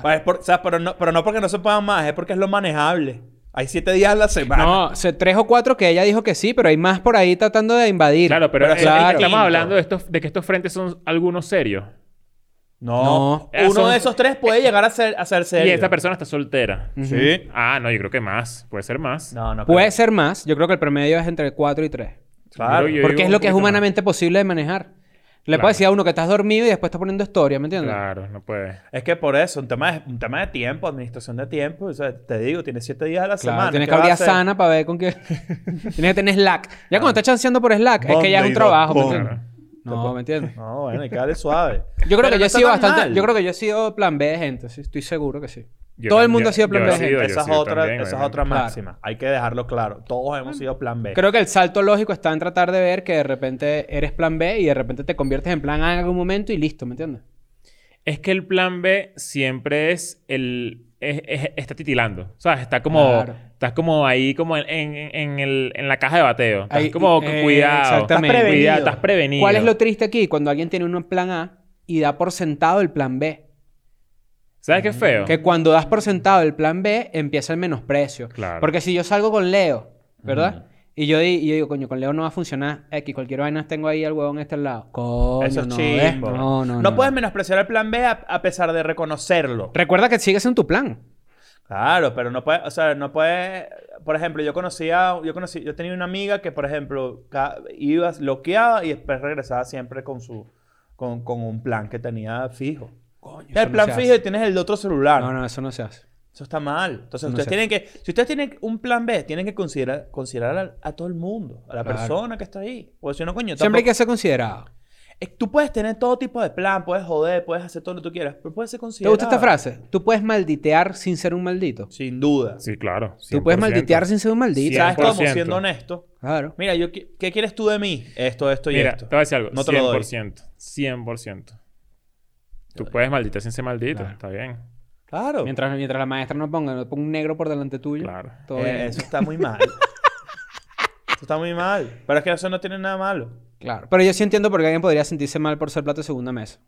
S3: Pues es por- o sea, pero, no, pero no porque no se puedan más, es porque es lo manejable. Hay siete días a la semana.
S4: No, se- tres o cuatro que ella dijo que sí, pero hay más por ahí tratando de invadir.
S2: Claro, pero,
S3: Pero
S2: es- es que
S3: es
S4: claro.
S2: estamos
S3: distinto.
S2: hablando de, estos, de que estos frentes son algunos serios.
S3: No.
S4: No.
S2: Eh,
S3: Uno
S2: son-
S3: de esos tres puede llegar a ser, a ser
S2: Y
S3: serio.
S2: esta persona está soltera.
S3: Sí.
S2: Ah, no, yo creo que más. Puede ser más.
S3: No, no.
S4: Puede
S3: creo.
S4: ser más. Yo creo que el promedio es entre 4 y 3.
S3: Claro.
S2: Yo creo
S4: Porque
S2: digo
S4: es
S2: un
S4: lo que es
S2: poquito más.
S4: humanamente posible de manejar. Le
S2: Claro.
S4: puedes decir a uno que estás dormido y después estás poniendo historia, ¿me entiendes?
S2: Claro, no puede.
S3: Es que por eso, un tema, de, un tema de tiempo, administración de tiempo. O sea, te digo, tienes siete días a la
S4: Claro,
S3: semana.
S4: tienes
S3: ¿qué
S4: que
S3: vas a
S4: abrir
S3: hacer?
S4: sana para ver
S3: <laughs>
S4: con qué. tienes que tener Slack. Ya cuando estás chanceando por Slack, es que ya es
S3: Monday,
S4: un trabajo, ¿me
S3: boom.
S4: entiendes? No, ¿me entiendes?
S3: No, bueno, hay que darle suave.
S4: <laughs> Yo creo que yo he sido bastante. Yo creo
S3: que
S4: que yo he sido plan B de gente, sí, estoy seguro que sí.
S2: Yo
S4: Todo el
S2: tam-
S4: mundo
S2: yo-
S4: ha sido plan
S2: yo
S4: B
S2: he
S4: de gente.
S2: sido, yo he
S3: esa es
S2: sido
S3: otra,
S2: también,
S3: esa es
S2: obviamente.
S3: otra
S4: Claro. Mm.
S3: máxima. Hay que dejarlo claro. Todos hemos sido plan B.
S4: Creo que el salto lógico está en tratar de ver que de repente eres plan B y de repente te conviertes en plan A en algún momento y listo, ¿me entiendes?
S2: Es que el plan B siempre es el... es- es- está titilando. ¿Sabes? Está como...
S4: Claro.
S2: Estás como ahí como en, en- en el- en la caja de bateo. Estás
S4: Ahí-
S2: como cu-
S4: eh,
S2: cuidado.
S4: exactamente.
S2: Estás prevenido.
S3: Prevenido.
S2: Estás prevenido.
S4: ¿Cuál es lo triste aquí? Cuando alguien tiene un plan A y da por sentado el plan B.
S2: ¿Sabes qué es feo?
S4: Que cuando das por sentado el plan B, empieza el menosprecio.
S2: Claro.
S4: Porque si yo salgo con Leo, ¿verdad? Y yo, di- y yo digo, coño, con Leo no va a funcionar. X, cualquier vaina tengo ahí al huevón este al lado. Coño,
S3: Eso es
S4: no,
S3: chimbo.
S4: ¿ves? no, no, no.
S3: puedes menospreciar el plan B a, a pesar de reconocerlo.
S4: Recuerda que sigues en tu plan.
S3: Claro, pero no puedes, o sea, no puedes, por ejemplo, yo conocía, yo conocí, yo tenía una amiga que, por ejemplo, ca- iba loqueada y después regresaba siempre con su, con, con un plan que tenía fijo.
S4: Coño,
S3: el plan fijo y tienes el otro celular.
S4: No, no, eso no se hace.
S3: Eso está mal. Entonces,
S4: No
S3: ustedes
S4: sé.
S3: tienen que... Si ustedes tienen un plan B, tienen que considerar, considerar a, a todo el mundo. A la
S4: Claro.
S3: persona que está ahí. O si no, coño,
S4: Siempre hay
S3: tampoco-
S4: que ser considerado.
S3: Eh, Tú puedes tener todo tipo de plan, puedes joder, puedes hacer todo lo que tú quieras, pero puedes ser
S4: ¿Te
S3: considerado.
S4: gusta esta frase? Tú puedes malditear sin ser un maldito.
S3: Sin duda.
S2: Sí, claro.
S4: Tú puedes malditear sin ser un maldito.
S3: ¿Sabes cómo?
S2: 100%.
S3: Siendo honesto.
S4: Claro.
S3: Mira, yo, qui- ¿qué quieres tú de mí? Esto, esto y
S2: Mira,
S3: esto.
S2: te voy a decir algo.
S3: No te lo doy.
S2: 100%. 100%. Tú puedes maldita sin ser maldito. Está bien.
S3: Claro.
S4: Mientras, mientras la maestra no ponga, no ponga un negro por delante tuyo.
S2: Claro.
S4: Todo
S3: Eh,
S4: bien.
S3: eso está muy
S4: <laughs>
S3: mal. eso está muy mal. Pero es que eso no tiene nada malo.
S4: Claro. Pero yo sí entiendo por qué alguien podría sentirse mal por ser plato de segunda mesa.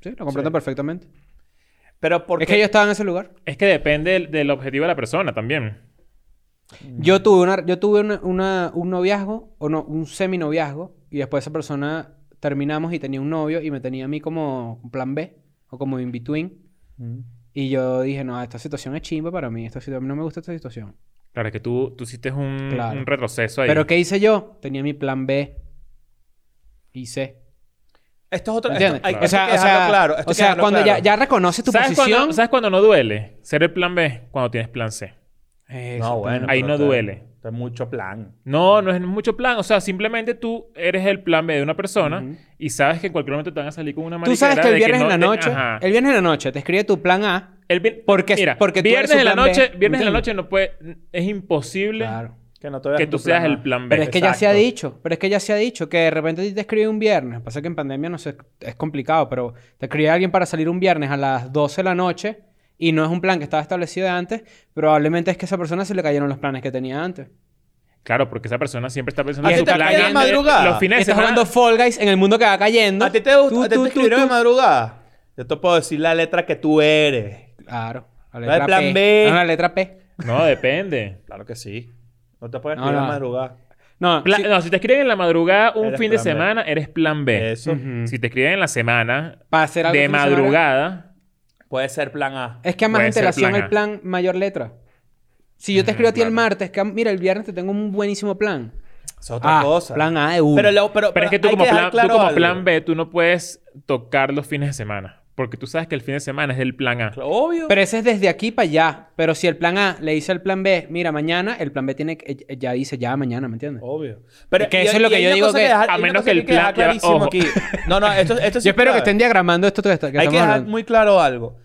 S4: Sí, lo comprendo
S3: Sí.
S4: perfectamente.
S3: Pero porque...
S4: Es que yo estaba en ese lugar.
S2: Es que depende del, del objetivo de la persona también.
S3: Mm.
S4: Yo tuve, una, yo tuve una- una- un noviazgo, o no, un seminoviazgo, y después esa persona terminamos y tenía un novio y me tenía a mí como plan B o como in between.
S3: Mm.
S4: Y yo dije, no, esta situación es chimba para mí, esta situación, a mí no me gusta esta situación.
S2: Claro, es que tú, tú hiciste un,
S4: Claro.
S2: un retroceso ahí.
S4: Pero ¿qué hice yo? Tenía mi plan B y C.
S3: Esto es otro...
S4: ¿Me
S3: esto-
S4: ¿Entiendes?
S3: hay,
S4: O
S3: esto
S4: sea,
S3: hay que
S4: o sea,
S3: dejarlo claro. esto hay
S4: o
S3: que
S4: sea,
S3: dejarlo
S4: cuando
S3: claro.
S4: ya, ya reconoces tu
S2: ¿Sabes,
S4: posición...
S2: cuando, ¿Sabes cuando no duele? Ser el plan B cuando tienes plan C.
S4: eh,
S3: No, bueno.
S2: Ahí
S3: pero
S2: no
S3: está-
S2: duele.
S3: está mucho plan.
S2: No, no es mucho plan. O sea, simplemente tú eres el plan B de una persona
S4: Ujú.
S2: y sabes que en cualquier momento te van a salir con una
S4: Tú
S2: mariquera
S4: sabes que el
S2: de
S4: viernes
S2: no
S4: en la
S2: te-
S4: noche,
S2: Ajá.
S4: el viernes en la noche te escribe tu plan A.
S2: El vier-
S4: Porque- porque tú eres
S2: viernes
S4: su
S2: en la
S4: plan B,
S2: noche, viernes en la noche
S4: ¿entiendes?
S2: no puede, es imposible
S4: Claro.
S3: Que no te veas
S2: que
S3: en
S2: tú
S3: tu
S2: seas
S3: plan,
S2: el
S3: ¿no?
S2: plan B.
S4: Pero es que ya se ha
S3: Exacto.
S4: dicho, pero es que ya se ha dicho que de repente a ti te escribe un viernes. Pasa que en pandemia no sé, es complicado, pero te escribe alguien para salir un viernes a las 12 de la noche y no es un plan que estaba establecido de antes, probablemente es que a esa persona se le cayeron los planes que tenía antes.
S2: Claro, porque esa persona siempre está pensando
S3: ¿A
S2: en
S4: ti
S2: su
S4: te
S2: plan
S4: cae de
S2: de-
S3: madrugada?
S2: los fines
S4: Y
S2: de
S4: estás
S2: semana.
S4: jugando Fall Guys en el mundo que va cayendo.
S3: ¿A ti te gusta?
S4: Tú,
S3: ¿A ti te
S4: tú, tú,
S3: escribieron de
S4: tú.
S3: madrugada? Yo te puedo decir la letra que tú eres.
S4: Claro, la
S3: No,
S4: letra
S3: el plan
S4: P.
S3: B.
S4: No, la letra P.
S2: No, depende.
S3: Claro que sí. No te puedes
S4: No,
S3: escribir de
S4: no.
S3: madrugada.
S4: No,
S2: Pla-
S4: sí.
S2: No, si te escriben en la madrugada un
S3: Eres
S2: fin de
S3: plan B.
S2: semana, eres plan B.
S3: Eso.
S4: Ujú.
S2: Si te escriben en la semana,
S4: Para hacer algo
S2: de
S4: el fin semana,
S2: madrugada,
S3: Puede ser plan A.
S4: Es que a más
S2: Puede ser
S4: antelación
S2: plan
S4: el
S2: A.
S4: plan mayor letra. Si yo te escribo a ti el
S2: claro.
S4: martes, que mira, el viernes te tengo un buenísimo plan.
S3: Eso es otra
S4: Ah,
S3: cosa.
S4: plan A de uno.
S3: Pero, lo- pero,
S2: pero es que tú
S3: hay
S2: como,
S3: dejar
S2: plan, tú
S3: claro
S2: como
S3: algo.
S2: plan B, tú no puedes tocar los fines de semana. Porque tú sabes que el fin de semana es el plan A.
S3: Obvio.
S4: Pero ese es desde aquí para allá. Pero si el plan A le dice al plan B, mira, mañana, el plan B tiene que, eh, ya dice ya mañana, ¿me entiendes?
S3: Obvio. Pero
S4: Es que
S3: y-
S4: eso es lo
S3: y
S4: que
S3: hay
S4: yo
S3: una
S4: digo
S3: cosa
S4: que-
S3: dejar-
S2: a
S3: hay una
S2: menos
S3: cosa
S2: que el
S3: hay dejar
S2: plan- ya va,
S3: clarísimo
S2: ojo.
S3: aquí. No, no, esto,
S4: <laughs>
S3: esto sí
S4: Yo espero que
S3: clave.
S4: estén diagramando esto que, está- que
S3: Hay que
S4: estamos
S3: dejar
S4: hablando.
S3: muy claro algo.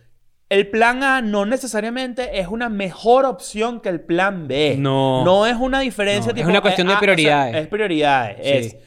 S3: El plan A no necesariamente es una mejor opción que el plan B.
S4: No.
S3: No es una diferencia.
S4: No, es una cuestión de
S3: ah, o sea,
S4: prioridades.
S3: es prioridades.
S4: Sí.
S3: Es,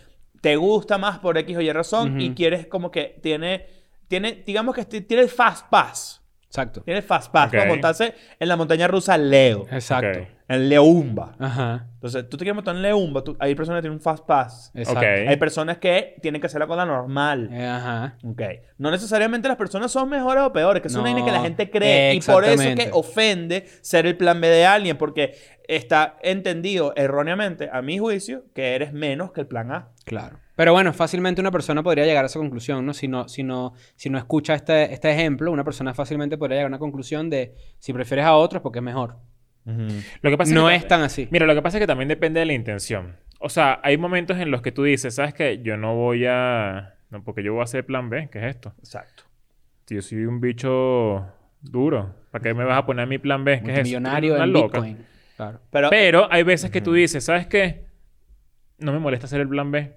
S3: te gusta más por X o Y razón y
S4: Ujú.
S3: quieres como que tiene, tiene digamos que tiene el fast pass.
S4: Exacto.
S3: Tiene el fast pass
S2: Ok.
S3: para montarse en la montaña rusa Leo.
S4: Exacto.
S2: Ok.
S3: En Leumba.
S4: Ajá.
S3: Entonces, tú te quieres montar en Leumba. tú- hay personas que tienen un fast pass.
S4: Exacto.
S2: Ok.
S3: Hay personas que tienen que hacerla con la normal.
S4: Eh, Ajá.
S3: Ok. No necesariamente las personas son mejores o peores, que es una
S4: No,
S3: vaina que la gente cree. Y por eso es que
S4: exactamente.
S3: ofende ser el plan B de alguien, porque está entendido erróneamente, a mi juicio, que eres menos que el plan A.
S4: Claro. Pero bueno, fácilmente una persona podría llegar a esa conclusión, ¿no? Si no, si no, si no escucha este, este ejemplo, una persona fácilmente podría llegar a una conclusión de si prefieres a otros porque es mejor.
S2: Lo que pasa
S4: No
S2: que-
S4: es tan así.
S2: Mira, lo que pasa es que también depende de la intención. O sea, hay momentos en los que tú dices, ¿sabes qué? Yo no voy a... No, porque yo voy a hacer plan B. ¿Qué es esto?
S3: Exacto.
S2: Si yo soy un bicho duro, ¿para qué me vas a poner mi plan B? ¿Qué es eso?
S4: Millonario
S2: Tú eres
S4: en
S2: una loca.
S4: Bitcoin. Claro.
S3: Pero,
S2: Pero hay veces que tú dices, ¿sabes qué? No me molesta hacer el plan B.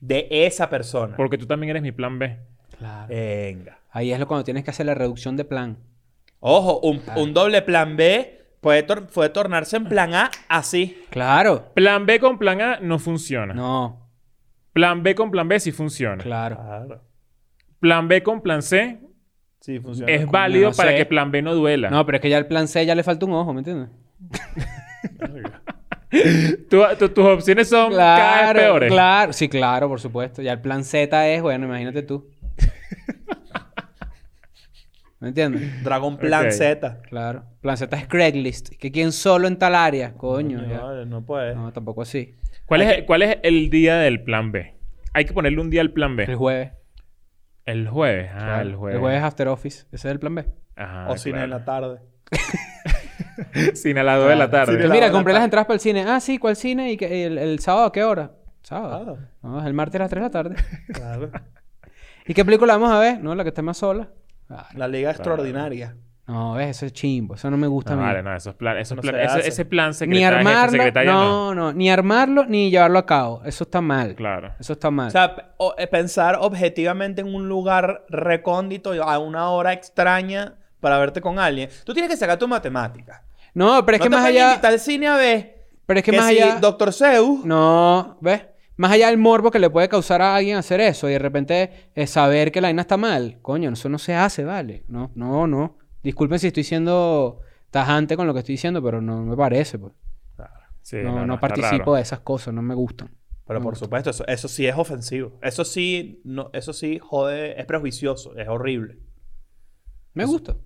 S3: de esa persona.
S2: Porque tú también eres mi plan B.
S4: Claro.
S3: Venga.
S4: Eh, Ahí es lo cuando tienes que hacer la reducción de plan.
S3: Ojo, un,
S4: Ah.
S3: un doble plan B puede, tor- puede tornarse en plan A así.
S4: Claro.
S2: Plan B con plan A no funciona.
S4: No,
S2: Plan B con plan B sí funciona.
S4: claro.
S3: Claro.
S2: Plan B con plan C
S3: Sí, funciona.
S2: es
S4: coño,
S2: válido
S4: no
S2: para
S4: sé.
S2: que plan B no duela.
S4: No, pero es que ya el plan C ya le falta un ojo, ¿me entiendes?
S2: Tu- tu- tus opciones son cada vez peores.
S4: claro. Sí, claro, por supuesto. Ya el plan Z es, bueno,
S2: <laughs>
S4: imagínate tú. ¿Me entiendes?
S3: Dragon Plan
S2: Ok.
S3: Z.
S4: Claro. Plan Z es Craigslist. Que quien solo en tal área, coño.
S3: No,
S4: ya.
S3: vale, no puede.
S4: No, tampoco así.
S2: ¿Cuál, es, cuál es el día del plan B? Hay que ponerle un día al plan
S4: El
S2: B.
S4: jueves.
S2: El jueves. Ah, el jueves.
S4: El jueves after office. Ese es el plan B.
S2: Ajá,
S3: o cine en
S2: claro.
S3: la tarde.
S2: <laughs> Sin a las 2 de la
S3: Claro,
S2: tarde.
S3: sin a la-
S4: Mira,
S3: hora
S4: compré
S3: pa-
S4: las entradas para el cine. Ah, sí, ¿cuál cine? ¿Y qué- el, el sábado a qué hora? Sábado.
S3: Claro.
S4: No, es el martes a las 3 de la tarde.
S3: Claro.
S4: ¿Y qué película vamos a ver? No, la que esté más sola. Claro.
S3: La liga extraordinaria.
S4: No, ¿ves? Eso es chimbo. Eso no me gusta
S2: No,
S4: a mí.
S2: Ah, vale, no, esos plan, esos
S3: No
S2: plan-
S3: se
S2: ese,
S3: hace.
S2: ese plan
S4: ni
S2: secretaria,
S4: armarlo.
S2: secretaria no.
S4: no, no, Ni armarlo ni llevarlo a cabo. Eso está mal.
S2: Claro.
S4: Eso está mal.
S3: O sea, p- o- eh, pensar objetivamente en un lugar recóndito y a una hora extraña para verte con alguien. Tú tienes que sacar tu matemática.
S4: no, pero es
S3: No
S4: que
S3: te
S4: más
S3: pueden
S4: allá.
S3: invitar al cine a ver
S4: Pero es que,
S3: que
S4: más
S3: si
S4: allá.
S3: Doctor Zeus.
S4: No, ¿ves? Más allá del morbo que le puede causar a alguien hacer eso y de repente eh, saber que la vaina está mal. Coño, eso no se hace, ¿vale? No, no, no. Disculpen si estoy siendo tajante con lo que estoy diciendo, pero no me parece, pues.
S2: Sí,
S4: no, no
S2: está
S4: participo
S2: raro.
S4: de esas cosas, no me gustan.
S3: Pero por supuesto, eso, eso sí es ofensivo. Eso sí, no, eso sí jode, es prejuicioso, es horrible.
S4: Me gusta.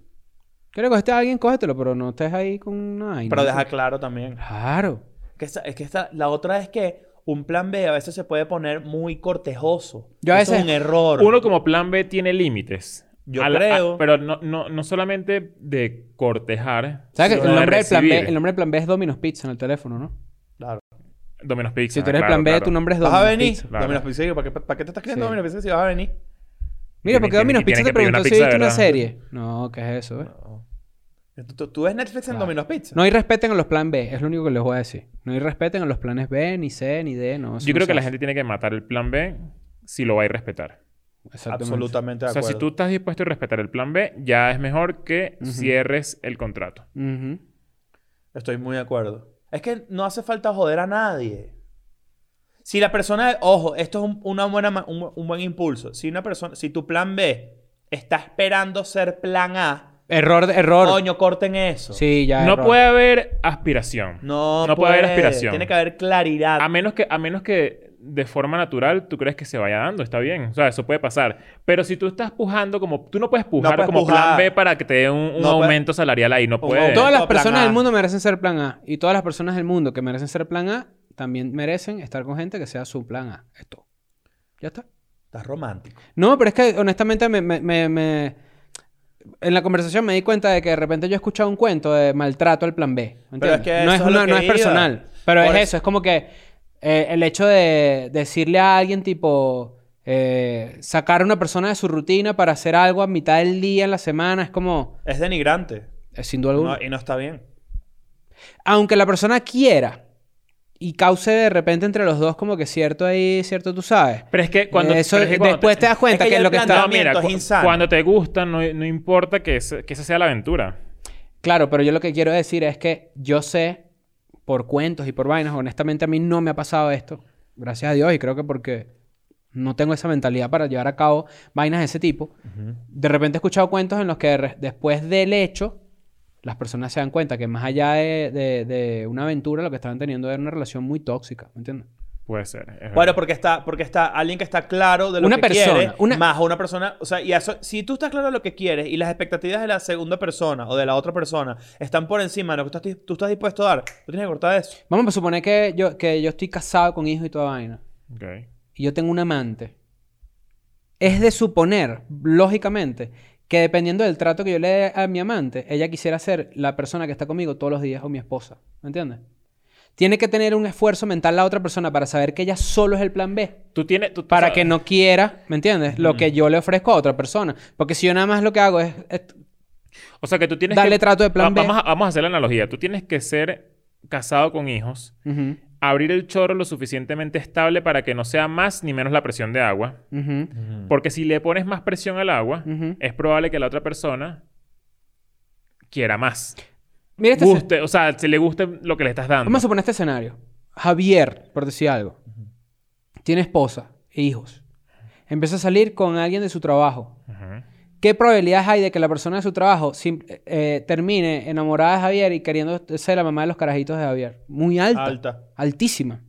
S4: Quiero que esté alguien, cógetelo, pero no estés ahí con una vaina.
S3: Pero deja claro también.
S4: Claro.
S3: Que esa- es que esta, la otra es que un plan B a veces se puede poner muy cortejoso.
S4: Yo a
S3: Eso
S4: veces-
S3: es un error.
S2: Uno como plan B tiene límites.
S3: Yo
S2: la-
S3: creo.
S2: pero no, no, no solamente de cortejar.
S4: ¿Sabes que
S2: sino
S4: el
S2: de
S4: nombre, del plan B,
S2: recibir.
S4: el nombre del plan B es Domino's Pizza en el teléfono, ¿no?
S3: Claro.
S2: Domino's Pizza.
S4: Si tú eres el
S2: Ah, claro,
S4: plan B,
S2: claro.
S4: tu nombre es
S3: ¿Vas
S4: Domino's
S3: a venir?
S4: Pizza.
S2: Claro.
S3: Domino's Pizza, ¿para qué, para qué te estás creyendo
S4: Sí.
S3: Domino's Pizza si vas a venir?
S4: Mira,
S2: Y
S4: porque
S2: tienen-
S4: Domino's
S2: y
S4: Pizza
S2: tienen
S4: te
S2: que pedir una
S4: preguntó si
S2: pizza de
S4: viste una
S2: verdad.
S4: serie. No, ¿qué es eso, eh?
S3: No. ¿Tú, tú- tú ves Netflix en
S4: Claro.
S3: Domino's Pizza?
S4: No irrespeten a los plan B, es lo único que les voy a decir. No irrespeten a los planes B, ni C, ni D, no. eso
S2: Yo
S4: no
S2: creo
S4: se
S2: que la
S4: hace.
S2: gente tiene que matar el plan B si lo va a ir a respetar.
S4: Exactamente.
S3: Absolutamente
S2: O
S3: de
S2: sea, si
S3: acuerdo.
S2: tú estás dispuesto a respetar el plan B, ya es mejor que
S4: Ujú.
S2: cierres el contrato.
S4: Ujú.
S3: Estoy muy de acuerdo. Es que no hace falta joder a nadie. Si la persona, ojo, esto es un, una buena ma- un, un buen impulso. Si una persona, si tu plan B está esperando ser plan A,
S4: Error, de- error.
S3: coño, corten eso.
S4: Sí, ya.
S2: No
S4: error.
S2: puede haber aspiración.
S3: No,
S2: No puede haber aspiración.
S3: Tiene que haber claridad.
S2: A menos que, a menos que de forma natural tú crees que se vaya dando, está bien. O sea, eso puede pasar. Pero si tú estás pujando como. Tú no puedes pujar
S3: puedes
S2: como plan
S3: pujar.
S2: B para que te dé un, un
S3: No puede-
S2: aumento salarial ahí. No puede.
S3: aumento.
S4: Todas las
S3: Todo plan
S4: personas
S3: A.
S4: del mundo merecen ser plan A. Y todas las personas del mundo que merecen ser plan A también merecen estar con gente que sea su plan A. Esto. Ya está.
S3: Estás romántico.
S4: No, pero es que honestamente me, me- me- me- En la conversación me di cuenta de que de repente yo he escuchado un cuento de maltrato al plan B. ¿me
S3: Pero es
S4: entiendes?
S3: que
S4: no
S3: eso es
S4: es,
S3: lo
S4: una-
S3: que
S4: no es
S3: iba.
S4: personal.
S3: Por
S4: Pero es
S3: eso-
S4: eso, es como que eh, el hecho de decirle a alguien tipo... eh, sacar a una persona de su rutina para hacer algo a mitad del día, en la semana, es como...
S3: Es denigrante.
S4: eh, sin duda alguna.
S3: No, y no está bien.
S4: Aunque la persona quiera y cause de repente entre los dos como que cierto ahí, cierto tú sabes. Eh,
S2: Pero es que cuando.
S4: Eso-
S2: pero es que cuando
S4: después te, das cuenta
S3: es que
S4: que,
S3: ya
S4: lo
S3: el
S4: que
S3: plan
S4: está...
S3: da
S2: No, mira,
S3: es
S2: cu-
S3: insano.
S2: cuando te gusta, no, no importa que, ese- que esa sea la aventura.
S4: Claro, pero yo lo que quiero decir es que yo sé por cuentos y por vainas, honestamente a mí no me ha pasado esto, gracias a Dios, y creo que porque no tengo esa mentalidad para llevar a cabo vainas de ese tipo. De repente he escuchado cuentos en los que re- después del hecho, las personas se dan cuenta que más allá de, de- de una aventura, lo que estaban teniendo era una relación muy tóxica, ¿me entiendes?
S2: Puede ser. es
S3: Bueno,
S2: verdad.
S3: porque está, porque está alguien que está claro de lo
S4: Una
S3: que
S4: persona,
S3: quiere,
S4: una-
S3: más una persona, o sea, y eso, si tú estás claro de lo que quieres y las expectativas de la segunda persona o de la otra persona están por encima de lo que tú estás, tú estás dispuesto a dar, tú tienes que cortar eso.
S4: Vamos a suponer que yo, que yo estoy casado con hijo y toda vaina.
S2: Ok.
S4: y yo tengo un amante, es de suponer, lógicamente, que dependiendo del trato que yo le dé a mi amante, ella quisiera ser la persona que está conmigo todos los días o mi esposa. ¿Me entiendes? Tiene que tener un esfuerzo mental la otra persona para saber que ella solo es el plan B.
S2: Tú tienes. tú- tú
S4: Para
S2: sabes-
S4: que no quiera, ¿me entiendes?
S2: Mm.
S4: Lo que yo le ofrezco a otra persona. Porque si yo nada más lo que hago es... es-
S2: O sea, que tú tienes
S4: Dale
S2: que...
S4: trato de plan
S2: Va-
S4: B.
S2: Vamos a, vamos a hacer la analogía. Tú tienes que ser casado con hijos,
S4: Ujú,
S2: abrir el chorro lo suficientemente estable para que no sea más ni menos la presión de agua.
S4: ujú.
S2: Mm. Porque si le pones más presión al agua,
S4: Ujú.
S2: es probable que la otra persona quiera más.
S4: Mira este escen-
S2: Guste, o sea, si le guste lo que le estás dando.
S4: Vamos a suponer este escenario. Javier, por decir algo, tiene esposa e hijos. Empieza a salir con alguien de su trabajo.
S2: Ujú.
S4: ¿Qué probabilidades hay de que la persona de su trabajo sim- eh, termine enamorada de Javier y queriendo ser la mamá de los carajitos de Javier? Muy alta.
S3: Alta.
S4: Altísima.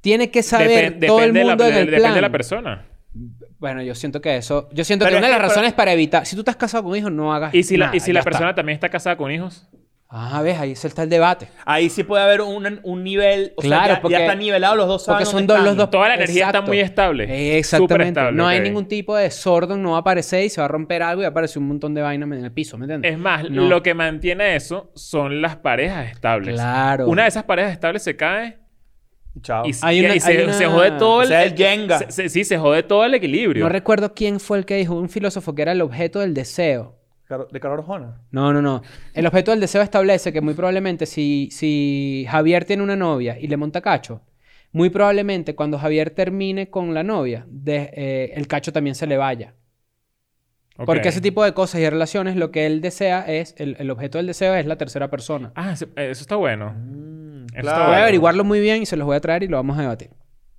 S4: Tiene que saber
S2: Depen-
S4: todo el
S2: depende de la-
S4: mundo en
S2: de-
S4: el
S2: Depende
S4: plan.
S2: de la persona.
S4: Bueno, yo siento que eso... Yo siento
S3: Pero
S4: que una
S3: es
S4: de las
S3: que para-
S4: razones para evitar... Si tú estás casado con hijos, no hagas
S2: Y si la,
S4: nada,
S2: y si la
S4: Ah, ya está.
S2: persona también está casada con hijos.
S4: Ah, ves, ahí está el debate.
S3: Ahí sí puede haber un, un nivel, o
S4: Claro,
S3: sea, ya- ya,
S4: porque-
S3: está nivelado, los dos saben
S4: Porque son
S3: dónde
S4: dos,
S3: están.
S4: los dos.
S2: Toda la energía está muy estable.
S4: Eh, Exactamente.
S2: Superestable,
S4: no hay
S2: ok.
S4: ningún tipo de sordo, no va a aparecer y se va a romper algo y va a aparecer un montón de vainas en el piso, ¿me entiendes?
S2: Es más,
S4: Mm. No.
S2: lo que mantiene eso son las parejas estables.
S4: Claro.
S2: Una de esas parejas estables se cae
S3: Chao.
S2: y, se-
S4: Hay una-
S2: y se,
S4: hay una-
S2: se jode todo
S3: O
S2: el, eh,
S3: sea, el Jenga.
S2: se- se- sí, se jode todo el equilibrio.
S4: No recuerdo quién fue el que dijo, un filósofo, que era el objeto del deseo.
S3: Car- de Carol Arjona.
S4: No, no, no. El objeto del deseo establece que muy probablemente si, si Javier tiene una novia y le monta cacho, muy probablemente cuando Javier termine con la novia, de- eh, el cacho también se le vaya.
S2: Ok.
S4: Porque ese tipo de cosas y relaciones, lo que él desea es, el, el objeto del deseo es la tercera persona.
S2: Ah, se- eh, eso está bueno.
S3: Mm,
S2: Eso
S3: claro.
S2: está
S4: Voy a
S2: bueno.
S4: averiguarlo muy bien y se los voy a traer y lo vamos a debatir.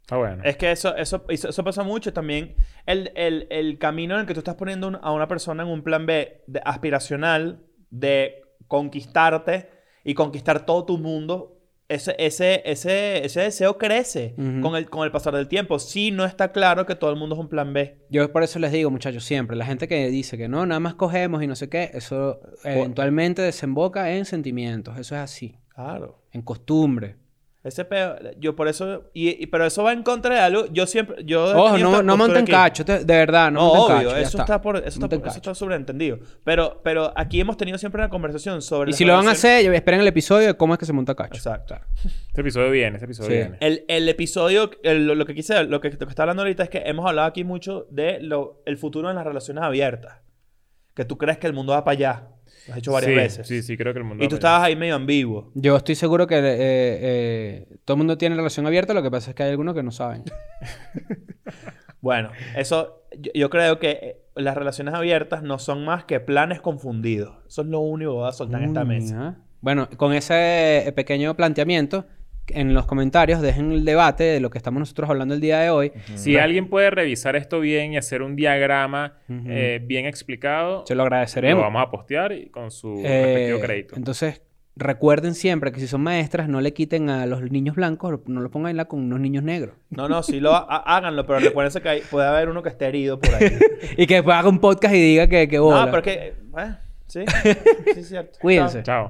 S2: Está bueno.
S3: Es que eso, eso, eso eso pasa mucho también. El, el- el camino en el que tú estás poniendo un- a una persona en un plan B de- aspiracional de conquistarte y conquistar todo tu mundo, ese, ese, ese, ese deseo crece
S4: Ujú.
S3: con, el, con el pasar del tiempo. Si no está claro que todo el mundo es un plan B.
S4: Yo por eso les digo, muchachos, siempre, la gente que dice que no, nada más cogemos y no sé qué, eso eventualmente desemboca en sentimientos. Eso es así,
S3: Claro.
S4: en costumbre.
S3: Ese peo, yo por eso, y, y- pero eso va en contra de algo. Yo siempre, yo. he
S4: Ojo,
S3: tenido
S4: no,
S3: esta
S4: no
S3: postura
S4: monten
S3: aquí.
S4: cacho, te- de verdad, no,
S3: No,
S4: monten
S3: obvio,
S4: cacho. ya
S3: eso está por, eso está,
S4: Monten
S3: por- eso
S4: cacho.
S3: está sobreentendido. Pero, pero aquí hemos tenido siempre una conversación sobre.
S4: Y
S3: las
S4: si lo van a
S3: relaciones-
S4: hacer, esperen el episodio de cómo es que se monta cacho.
S3: Exacto.
S2: Este episodio viene, este episodio
S4: Sí.
S2: viene.
S3: El, el episodio, el- lo, lo que quise, lo que, lo que está hablando ahorita es que hemos hablado aquí mucho de lo, el futuro en las relaciones abiertas. Que tú crees que el mundo va para allá. Lo has hecho varias
S2: sí,
S3: veces.
S2: Sí, sí, creo que el mundo.
S3: Y tú
S2: va para allá.
S3: estabas ahí medio ambiguo.
S4: Yo estoy seguro que eh, eh, todo el mundo tiene relación abierta, lo que pasa es que hay algunos que no saben.
S3: Bueno, eso yo, yo creo que eh, las relaciones abiertas no son más que planes confundidos. Eso es lo único que voy a soltar en esta
S4: Uy,
S3: mesa.
S4: ah. Bueno, con ese eh, pequeño planteamiento, en los comentarios dejen el debate de lo que estamos nosotros hablando el día de hoy.
S2: Si alguien puede revisar esto bien y hacer un diagrama
S4: Ujú.
S2: eh, bien explicado,
S4: Se lo
S2: lo
S4: agradeceremos.
S2: vamos a postear y con su
S4: Eh,
S2: respectivo crédito.
S4: Entonces, recuerden siempre que si son maestras, no le quiten a los niños blancos, no lo pongan en la con unos niños negros.
S3: No, no, sí lo ha- ha- háganlo, pero recuérdense que hay- puede haber uno que esté herido por
S2: <laughs>
S3: ahí.
S4: y que después haga un podcast y diga que, que bola.
S3: no, pero que. eh, Bueno, sí.
S2: <laughs>
S3: Sí, es cierto.
S4: Cuídense.
S2: Chao.